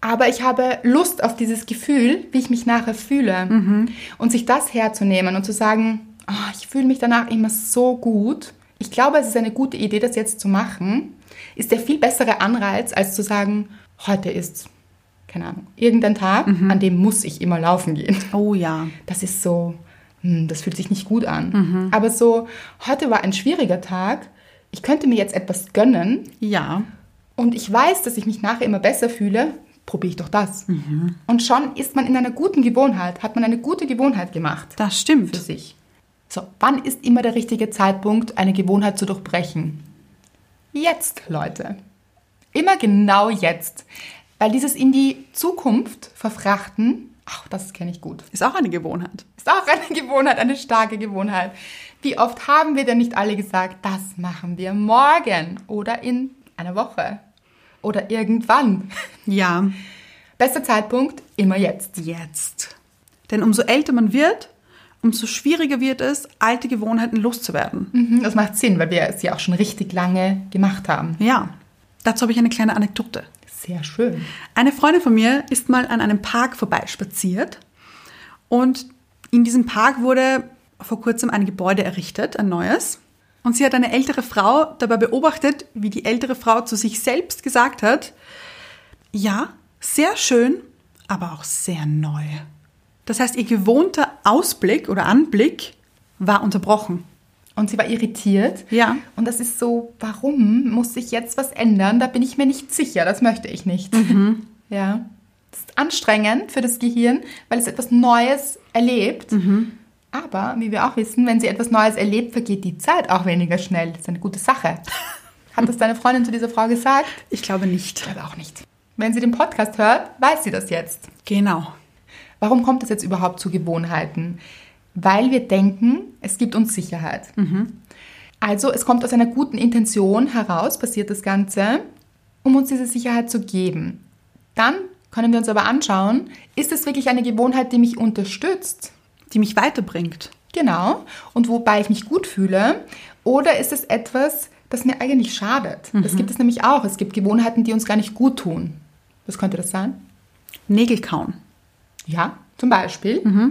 A: Aber ich habe Lust auf dieses Gefühl, wie ich mich nachher fühle. Und sich das herzunehmen und zu sagen, "Ah, ich fühle mich danach immer so gut. Ich glaube, es ist eine gute Idee, das jetzt zu machen, ist der viel bessere Anreiz, als zu sagen, heute ist, keine Ahnung, irgendein Tag, an dem muss ich immer laufen gehen.
B: Oh ja.
A: Das ist so, hm, das fühlt sich nicht gut an. Aber so, heute war ein schwieriger Tag, ich könnte mir jetzt etwas gönnen,
B: Ja.
A: und ich weiß, dass ich mich nachher immer besser fühle, probiere ich doch das. Und schon ist man in einer guten Gewohnheit, hat man eine gute Gewohnheit gemacht
B: Das
A: für
B: stimmt.
A: sich. So, wann ist immer der richtige Zeitpunkt, eine Gewohnheit zu durchbrechen? Jetzt, Leute. Immer genau jetzt. Weil dieses in die Zukunft verfrachten, ach, das kenne ich gut.
B: Ist auch eine Gewohnheit.
A: Ist auch eine Gewohnheit, eine starke Gewohnheit. Wie oft haben wir denn nicht alle gesagt, das machen wir morgen oder in einer Woche oder irgendwann?
B: Ja.
A: Bester Zeitpunkt, immer jetzt.
B: Jetzt. Denn umso älter man wird, umso schwieriger wird es, alte Gewohnheiten loszuwerden.
A: Mhm, Das macht Sinn, weil wir es ja auch schon richtig lange gemacht haben.
B: Ja. Dazu habe ich eine kleine Anekdote.
A: Sehr schön.
B: Eine Freundin von mir ist mal an einem Park vorbeispaziert und in diesem Park wurde vor kurzem ein Gebäude errichtet, ein neues. Und sie hat eine ältere Frau dabei beobachtet, wie die ältere Frau zu sich selbst gesagt hat, ja, sehr schön, aber auch sehr neu. Das heißt, ihr gewohnter Ausblick oder Anblick war unterbrochen.
A: Und sie war irritiert.
B: Ja.
A: Und das ist so, warum muss sich jetzt was ändern? Da bin ich mir nicht sicher, das möchte ich nicht.
B: Mhm.
A: Ja. Das ist anstrengend für das Gehirn, weil es etwas Neues erlebt.
B: Mhm.
A: Aber, wie wir auch wissen, wenn sie etwas Neues erlebt, vergeht die Zeit auch weniger schnell. Das ist eine gute Sache. Hat das deine Freundin zu dieser Frau gesagt?
B: Ich glaube nicht.
A: Aber auch nicht. Wenn sie den Podcast hört, weiß sie das jetzt.
B: Genau.
A: Warum kommt es jetzt überhaupt zu Gewohnheiten? Weil wir denken, es gibt uns Sicherheit. Also es kommt aus einer guten Intention heraus, passiert das Ganze, um uns diese Sicherheit zu geben. Dann können wir uns aber anschauen, ist es wirklich eine Gewohnheit, die mich unterstützt?
B: Die mich weiterbringt.
A: Genau. Und wobei ich mich gut fühle? Oder ist es etwas, das mir eigentlich schadet? Das gibt es nämlich auch. Es gibt Gewohnheiten, die uns gar nicht gut tun. Was könnte das sein?
B: Nägel kauen.
A: Ja, zum Beispiel.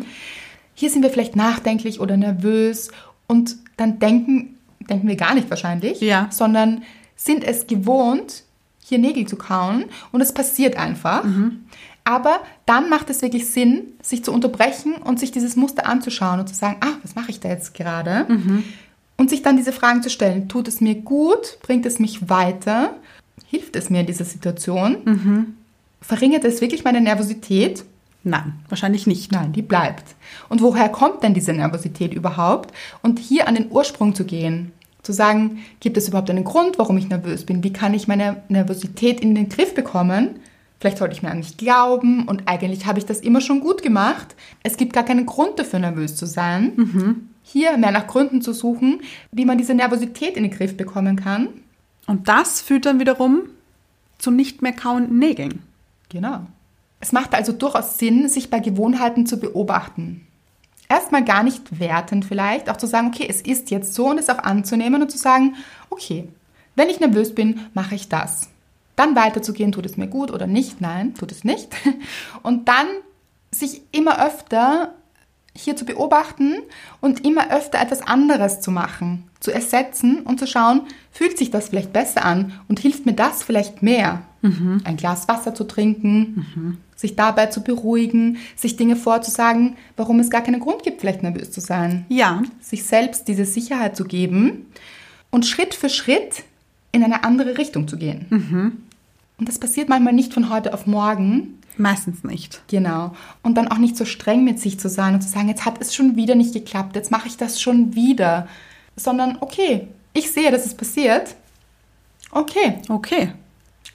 A: Hier sind wir vielleicht nachdenklich oder nervös und dann denken, denken wir gar nicht wahrscheinlich,
B: Ja.
A: sondern sind es gewohnt, hier Nägel zu kauen und es passiert einfach. Aber dann macht es wirklich Sinn, sich zu unterbrechen und sich dieses Muster anzuschauen und zu sagen, ah, was mache ich da jetzt gerade? Und sich dann diese Fragen zu stellen, tut es mir gut, bringt es mich weiter, hilft es mir in dieser Situation, verringert es wirklich meine Nervosität
B: Nein, wahrscheinlich nicht.
A: Nein, die bleibt. Und woher kommt denn diese Nervosität überhaupt? Und hier an den Ursprung zu gehen, zu sagen, gibt es überhaupt einen Grund, warum ich nervös bin? Wie kann ich meine Nervosität in den Griff bekommen? Vielleicht sollte ich mir an mich glauben und eigentlich habe ich das immer schon gut gemacht. Es gibt gar keinen Grund dafür, nervös zu sein. Hier mehr nach Gründen zu suchen, wie man diese Nervosität in den Griff bekommen kann.
B: Und das führt dann wiederum zum nicht mehr kauenden Nägeln.
A: Genau. Es macht also durchaus Sinn, sich bei Gewohnheiten zu beobachten. Erstmal gar nicht wertend vielleicht, auch zu sagen, okay, es ist jetzt so und es auch anzunehmen und zu sagen, okay, wenn ich nervös bin, mache ich das. Dann weiterzugehen, tut es mir gut oder nicht? Nein, tut es nicht. Und dann sich immer öfter hier zu beobachten und immer öfter etwas anderes zu machen, zu ersetzen und zu schauen, fühlt sich das vielleicht besser an und hilft mir das vielleicht mehr? Ein Glas Wasser zu trinken, sich dabei zu beruhigen, sich Dinge vorzusagen, warum es gar keinen Grund gibt, vielleicht nervös zu sein.
B: Ja,
A: Sich selbst diese Sicherheit zu geben und Schritt für Schritt in eine andere Richtung zu gehen. Und das passiert manchmal nicht von heute auf morgen,
B: meistens nicht.
A: Genau. Und dann auch nicht so streng mit sich zu sein und zu sagen, jetzt hat es schon wieder nicht geklappt, jetzt mache ich das schon wieder. Sondern, okay, ich sehe, dass es passiert. Okay,
B: Okay.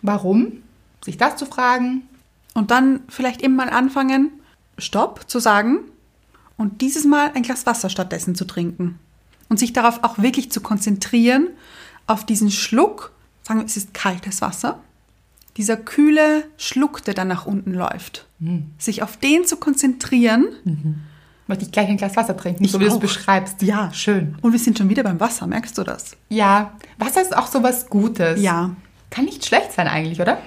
A: warum? Sich das zu fragen.
B: Und dann vielleicht eben mal anfangen, Stopp zu sagen und dieses Mal ein Glas Wasser stattdessen zu trinken. Und sich darauf auch wirklich zu konzentrieren, auf diesen Schluck, sagen wir, es ist kaltes Wasser, dieser kühle Schluck, der dann nach unten läuft. Sich auf den zu konzentrieren.
A: Möchte ich gleich ein Glas Wasser trinken,
B: Ich
A: so wie du es
B: auch.
A: beschreibst.
B: Ja,
A: schön.
B: Und wir sind schon wieder beim Wasser, merkst du das?
A: Ja, Wasser ist auch sowas Gutes.
B: Ja.
A: Kann nicht schlecht sein eigentlich, oder?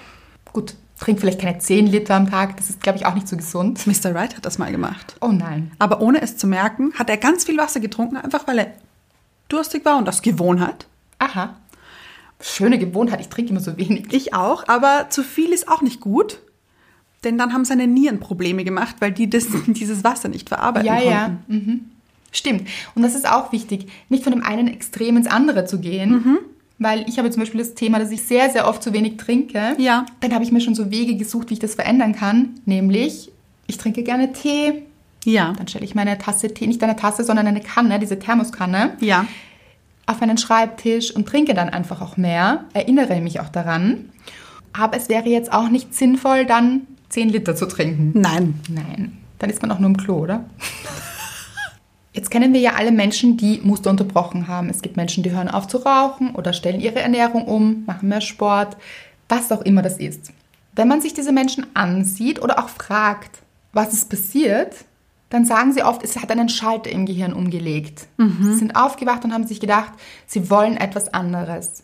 A: Gut, trink vielleicht keine 10 Liter am Tag, das ist, glaube ich, auch nicht so gesund.
B: Mr. Right hat das mal gemacht.
A: Oh nein.
B: Aber ohne es zu merken, hat er ganz viel Wasser getrunken, einfach weil er durstig war und aus Gewohnheit.
A: Aha. Schöne Gewohnheit, ich trinke immer so wenig.
B: Ich auch, aber zu viel ist auch nicht gut, denn dann haben seine Nieren Probleme gemacht, weil die das, dieses Wasser nicht verarbeiten
A: Ja,
B: konnten.
A: ja. Mhm. Stimmt. Und das ist auch wichtig, nicht von dem einen Extrem ins andere zu gehen. Weil ich habe zum Beispiel das Thema, dass ich sehr, sehr oft zu wenig trinke.
B: Ja.
A: Dann habe ich mir schon so Wege gesucht, wie ich das verändern kann. Nämlich, ich trinke gerne Tee.
B: Ja,
A: Dann stelle ich meine Tasse Tee, nicht eine Tasse, sondern eine Kanne, diese Thermoskanne,
B: ja,
A: auf einen Schreibtisch und trinke dann einfach auch mehr. Erinnere mich auch daran. Aber es wäre jetzt auch nicht sinnvoll, dann 10 Liter zu trinken.
B: nein.
A: Nein, dann ist man auch nur im Klo, oder? Jetzt kennen wir ja alle Menschen, die Muster unterbrochen haben. Es gibt Menschen, die hören auf zu rauchen oder stellen ihre Ernährung um, machen mehr Sport, was auch immer das ist. Wenn man sich diese Menschen ansieht oder auch fragt, was ist passiert, dann sagen sie oft, es hat einen Schalter im Gehirn umgelegt. Sie sind aufgewacht und haben sich gedacht, sie wollen etwas anderes.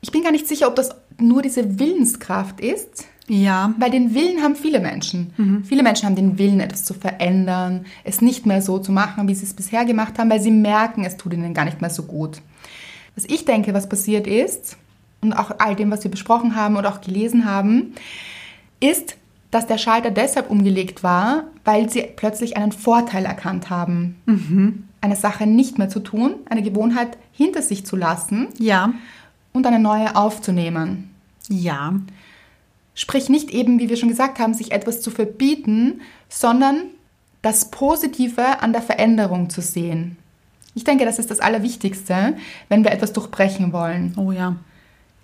A: Ich bin gar nicht sicher, ob das nur diese Willenskraft ist,
B: Ja,
A: weil den Willen haben viele Menschen. Viele Menschen haben den Willen, etwas zu verändern, es nicht mehr so zu machen, wie sie es bisher gemacht haben, weil sie merken, es tut ihnen gar nicht mehr so gut. Was ich denke, was passiert ist, und auch all dem, was wir besprochen haben und auch gelesen haben, ist, dass der Schalter deshalb umgelegt war, weil sie plötzlich einen Vorteil erkannt haben. Eine Sache nicht mehr zu tun, eine Gewohnheit hinter sich zu lassen
B: ja,
A: und eine neue aufzunehmen.
B: ja,
A: Sprich nicht eben, wie wir schon gesagt haben, sich etwas zu verbieten, sondern das Positive an der Veränderung zu sehen. Ich denke, das ist das Allerwichtigste, wenn wir etwas durchbrechen wollen.
B: oh ja.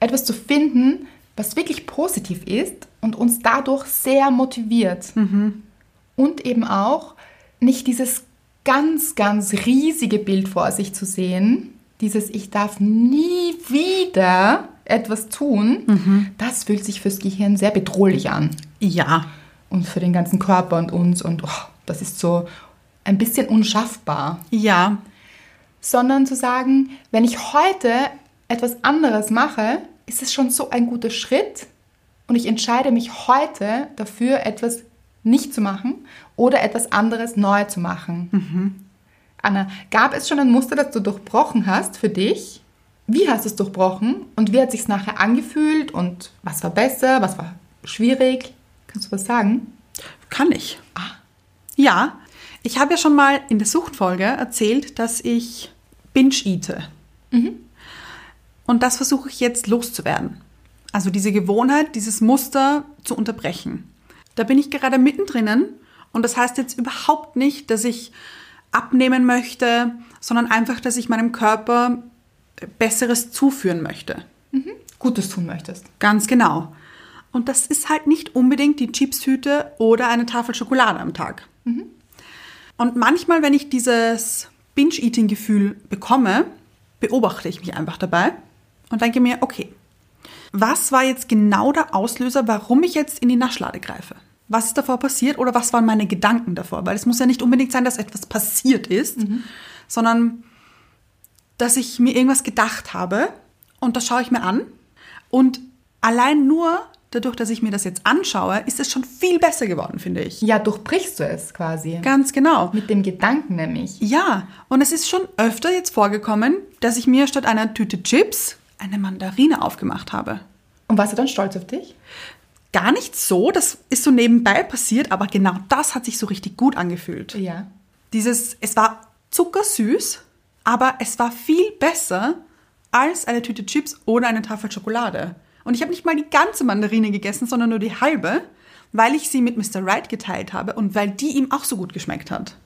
A: Etwas zu finden, was wirklich positiv ist und uns dadurch sehr motiviert. Und eben auch nicht dieses ganz, ganz riesige Bild vor sich zu sehen, dieses Ich darf nie wieder etwas tun, das fühlt sich fürs Gehirn sehr bedrohlich an
B: Ja,
A: und für den ganzen Körper und uns und oh, das ist so ein bisschen unschaffbar
B: ja,
A: sondern zu sagen, wenn ich heute etwas anderes mache, ist es schon so ein guter Schritt und ich entscheide mich heute dafür, etwas nicht zu machen oder etwas anderes neu zu machen. Anna, gab es schon ein Muster, das du durchbrochen hast für dich? Wie hast du es durchbrochen und wie hat sich nachher angefühlt und was war besser, was war schwierig? Kannst du was sagen?
B: kann ich. Ja, ich habe ja schon mal in der Suchtfolge erzählt, dass ich binge eate. Und das versuche ich jetzt loszuwerden. Also diese Gewohnheit, dieses Muster zu unterbrechen. Da bin ich gerade mittendrin und das heißt jetzt überhaupt nicht, dass ich abnehmen möchte, sondern einfach, dass ich meinem Körper Besseres zuführen möchte.
A: Gutes tun möchtest.
B: Ganz genau. Und das ist halt nicht unbedingt die Chipstüte oder eine Tafel Schokolade am Tag. Und manchmal, wenn ich dieses Binge-Eating-Gefühl bekomme, beobachte ich mich einfach dabei und denke mir, okay, was war jetzt genau der Auslöser, warum ich jetzt in die Naschlade greife? Was ist davor passiert oder was waren meine Gedanken davor? Weil es muss ja nicht unbedingt sein, dass etwas passiert ist, sondern dass ich mir irgendwas gedacht habe und das schaue ich mir an. Und allein nur dadurch, dass ich mir das jetzt anschaue, ist es schon viel besser geworden, finde ich.
A: Ja, durchbrichst du es quasi.
B: Ganz genau.
A: Mit dem Gedanken nämlich.
B: Ja, und es ist schon öfter jetzt vorgekommen, dass ich mir statt einer Tüte Chips eine Mandarine aufgemacht habe.
A: Und warst du dann stolz auf dich?
B: Gar nicht so, das ist so nebenbei passiert, aber genau das hat sich so richtig gut angefühlt.
A: Ja.
B: Dieses, es war zuckersüß, aber es war viel besser als eine Tüte Chips oder eine Tafel Schokolade. Und ich habe nicht mal die ganze Mandarine gegessen, sondern nur die halbe, weil ich sie mit Mr. Right geteilt habe und weil die ihm auch so gut geschmeckt hat.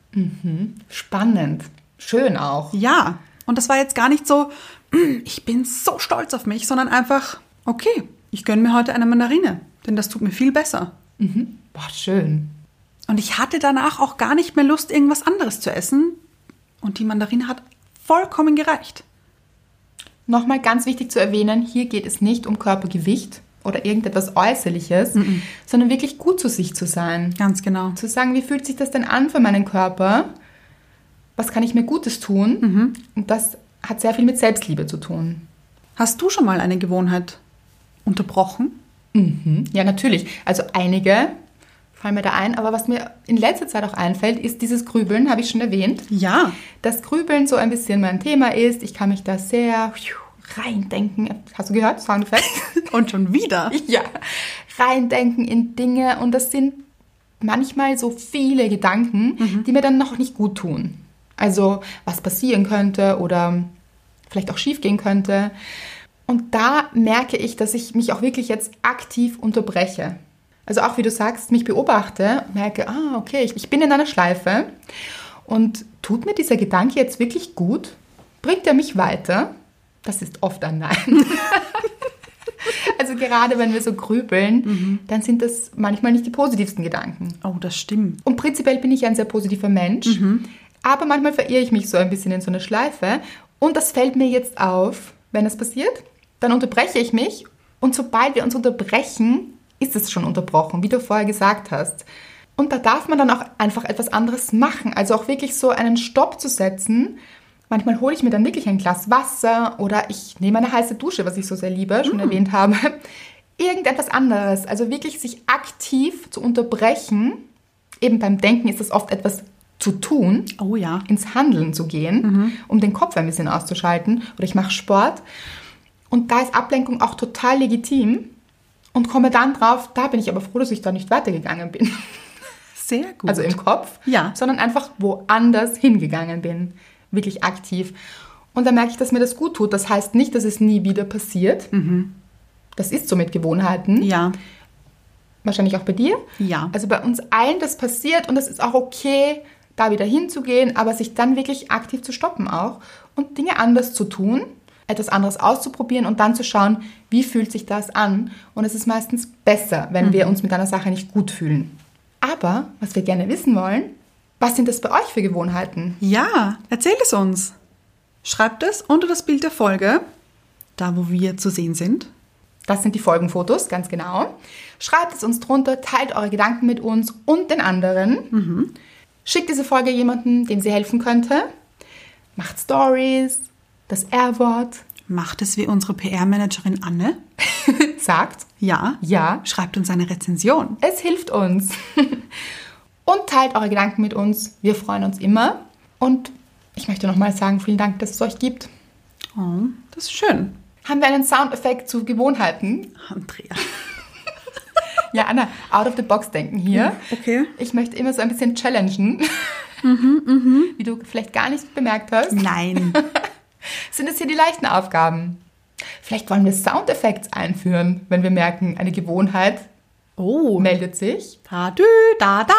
A: Spannend. Schön auch.
B: Ja, und das war jetzt gar nicht so, "Mm, ich bin so stolz auf mich, sondern einfach, okay, ich gönne mir heute eine Mandarine, denn das tut mir viel besser.
A: Boah, schön.
B: Und ich hatte danach auch gar nicht mehr Lust, irgendwas anderes zu essen. Und die Mandarine hat vollkommen gereicht.
A: Nochmal ganz wichtig zu erwähnen, hier geht es nicht um Körpergewicht oder irgendetwas Äußerliches, sondern wirklich gut zu sich zu sein.
B: Ganz genau.
A: Zu sagen, wie fühlt sich das denn an für meinen Körper? Was kann ich mir Gutes tun? Und das hat sehr viel mit Selbstliebe zu tun.
B: Hast du schon mal eine Gewohnheit unterbrochen?
A: Ja, natürlich. Also einige fallen mir da ein, aber was mir in letzter Zeit auch einfällt, ist dieses Grübeln, habe ich schon erwähnt.
B: Ja.
A: Dass Grübeln so ein bisschen mein Thema ist. Ich kann mich da sehr phew, reindenken. Hast du gehört? Soundeffekt?
B: Und schon wieder.
A: ja. Reindenken in Dinge und das sind manchmal so viele Gedanken, die mir dann noch nicht gut tun. Also was passieren könnte oder vielleicht auch schief gehen könnte. Und da merke ich, dass ich mich auch wirklich jetzt aktiv unterbreche. Also auch wie du sagst, mich beobachte und merke, ah, okay, ich, ich bin in einer Schleife. Und tut mir dieser Gedanke jetzt wirklich gut? Bringt er mich weiter? Das ist oft ein Nein. also gerade wenn wir so grübeln, dann sind das manchmal nicht die positivsten Gedanken.
B: Oh, das stimmt.
A: Und prinzipiell bin ich ein sehr positiver Mensch, aber manchmal verirre ich mich so ein bisschen in so eine Schleife. Und das fällt mir jetzt auf, wenn das passiert. Dann unterbreche ich mich und sobald wir uns unterbrechen, ist es schon unterbrochen, wie du vorher gesagt hast. Und da darf man dann auch einfach etwas anderes machen. Also auch wirklich so einen Stopp zu setzen. Manchmal hole ich mir dann wirklich ein Glas Wasser oder ich nehme eine heiße Dusche, was ich so sehr liebe, schon erwähnt habe. Irgendetwas anderes. Also wirklich sich aktiv zu unterbrechen. Eben beim Denken ist das oft etwas zu tun
B: Oh Mhm. ja.
A: ins Handeln zu gehen, um den Kopf ein bisschen auszuschalten oder ich mache Sport. Und da ist Ablenkung auch total legitim und komme dann drauf, da bin ich aber froh, dass ich da nicht weitergegangen bin,
B: Sehr gut.
A: also im Kopf,
B: Ja.
A: sondern einfach woanders hingegangen bin, wirklich aktiv. Und da merke ich, dass mir das gut tut. Das heißt nicht, dass es nie wieder passiert.
B: Mhm.
A: Das ist so mit Gewohnheiten.
B: ja.
A: Wahrscheinlich auch bei dir.
B: Ja.
A: Also bei uns allen, das passiert und das ist auch okay, da wieder hinzugehen, aber sich dann wirklich aktiv zu stoppen auch und Dinge anders zu tun, etwas anderes auszuprobieren und dann zu schauen, wie fühlt sich das an. Und es ist meistens besser, wenn wir uns mit einer Sache nicht gut fühlen. Aber was wir gerne wissen wollen, was sind das bei euch für Gewohnheiten?
B: Ja, erzählt es uns. Schreibt es unter das Bild der Folge, da wo wir zu sehen sind.
A: Das sind die Folgenfotos, ganz genau. Schreibt es uns drunter, teilt eure Gedanken mit uns und den anderen. Schickt diese Folge jemandem, dem sie helfen könnte. Macht Stories, das R-Wort,
B: Macht es wie unsere PR-Managerin Anne?
A: sagt,
B: Ja.
A: Ja.
B: Schreibt uns eine Rezension.
A: es hilft uns. und teilt eure Gedanken mit uns. Wir freuen uns immer. Und ich möchte nochmal sagen, vielen Dank, dass es euch gibt.
B: Oh, das ist schön.
A: Haben wir einen Soundeffekt zu Gewohnheiten?
B: Andrea.
A: Ja, Anna, out of the box denken
B: Mhm.
A: hier.
B: Okay.
A: Ich möchte immer so ein bisschen challengen, wie du vielleicht gar nicht bemerkt hast.
B: Nein.
A: sind es hier die leichten Aufgaben. Vielleicht wollen wir Soundeffekte einführen, wenn wir merken, eine Gewohnheit
B: Oh.
A: meldet sich.
B: Da, dü, da, da.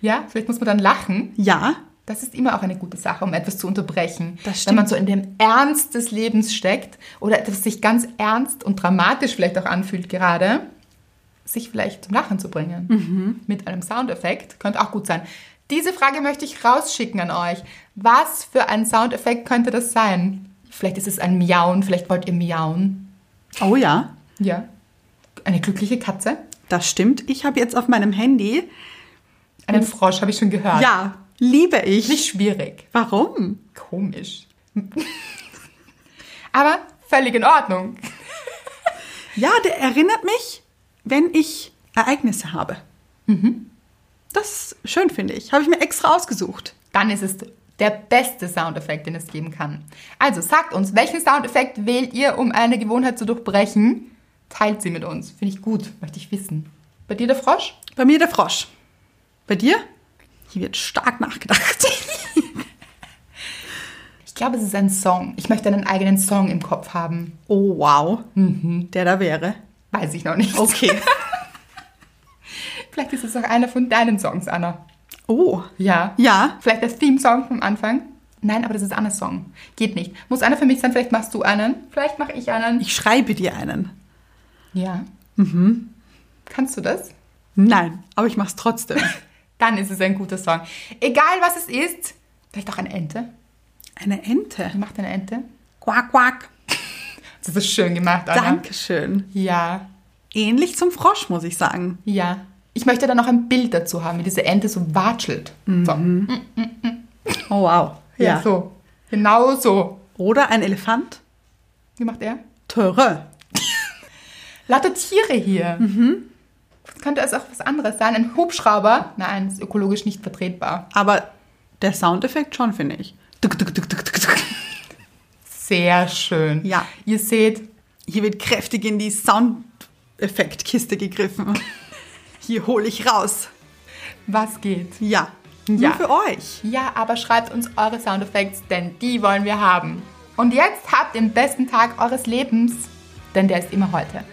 A: Ja, vielleicht muss man dann lachen.
B: Ja,
A: Das ist immer auch eine gute Sache, um etwas zu unterbrechen.
B: Das
A: Wenn man
B: stimmt.
A: so in dem Ernst des Lebens steckt oder etwas sich ganz ernst und dramatisch vielleicht auch anfühlt gerade, sich vielleicht zum Lachen zu bringen.
B: Mhm.
A: Mit einem Soundeffekt könnte auch gut sein. Diese Frage möchte ich rausschicken an euch. Was für ein Soundeffekt könnte das sein? Vielleicht ist es ein Miauen, vielleicht wollt ihr miauen.
B: oh ja,
A: Ja. Eine glückliche Katze?
B: das stimmt. Ich habe jetzt auf meinem Handy,
A: Einen Frosch habe ich schon gehört.
B: ja, liebe ich.
A: Nicht schwierig.
B: Warum?
A: Komisch. Aber völlig in Ordnung.
B: Ja, der erinnert mich, wenn ich Ereignisse habe. Mhm. Das ist schön, finde ich. Habe ich mir extra ausgesucht.
A: Dann ist es der beste Soundeffekt, den es geben kann. Also sagt uns, welchen Soundeffekt wählt ihr, um eine Gewohnheit zu durchbrechen? Teilt sie mit uns. Finde ich gut, möchte ich wissen. Bei dir der Frosch?
B: Bei mir der Frosch. Bei dir? Hier wird stark nachgedacht.
A: Ich glaube, es ist ein Song. Ich möchte einen eigenen Song im Kopf haben.
B: Oh, wow. Der da wäre.
A: Weiß ich noch nicht.
B: Okay.
A: Vielleicht ist es auch einer von deinen Songs, Anna.
B: Oh.
A: Ja.
B: Ja.
A: Vielleicht das Theme-Song vom Anfang? Nein, aber das ist Annas Song. Geht nicht. Muss einer für mich sein, vielleicht machst du einen. Vielleicht mache ich einen.
B: Ich schreibe dir einen.
A: Ja. Kannst du das?
B: Nein, aber ich mach's trotzdem.
A: Dann ist es ein guter Song. Egal was es ist, vielleicht auch eine Ente.
B: Eine
A: Wie
B: Ente.
A: macht eine Ente?
B: Quack, quack.
A: Das ist schön gemacht, Anna.
B: Dankeschön.
A: Ja,
B: Ähnlich zum Frosch, muss ich sagen.
A: ja. Ich möchte dann noch ein Bild dazu haben, wie diese Ente so watschelt. So.
B: Oh, wow.
A: Ja. so. Genau so.
B: Oder ein Elefant.
A: Wie macht er?
B: Töre.
A: Lauter Tiere hier. Das könnte also auch was anderes sein. Ein Hubschrauber? Nein, ist ökologisch nicht vertretbar.
B: Aber der Soundeffekt schon, finde ich. Tuk, tuk, tuk, tuk, tuk, tuk.
A: Sehr schön.
B: Ja.
A: Ihr seht,
B: Hier wird kräftig in die Soundeffektkiste gegriffen. Hier hole ich raus.
A: was geht.
B: Ja.
A: Ja.
B: Nur für euch.
A: Ja, aber schreibt uns eure Soundeffekte, denn die wollen wir haben. Und jetzt habt den besten Tag eures Lebens, denn der ist immer heute.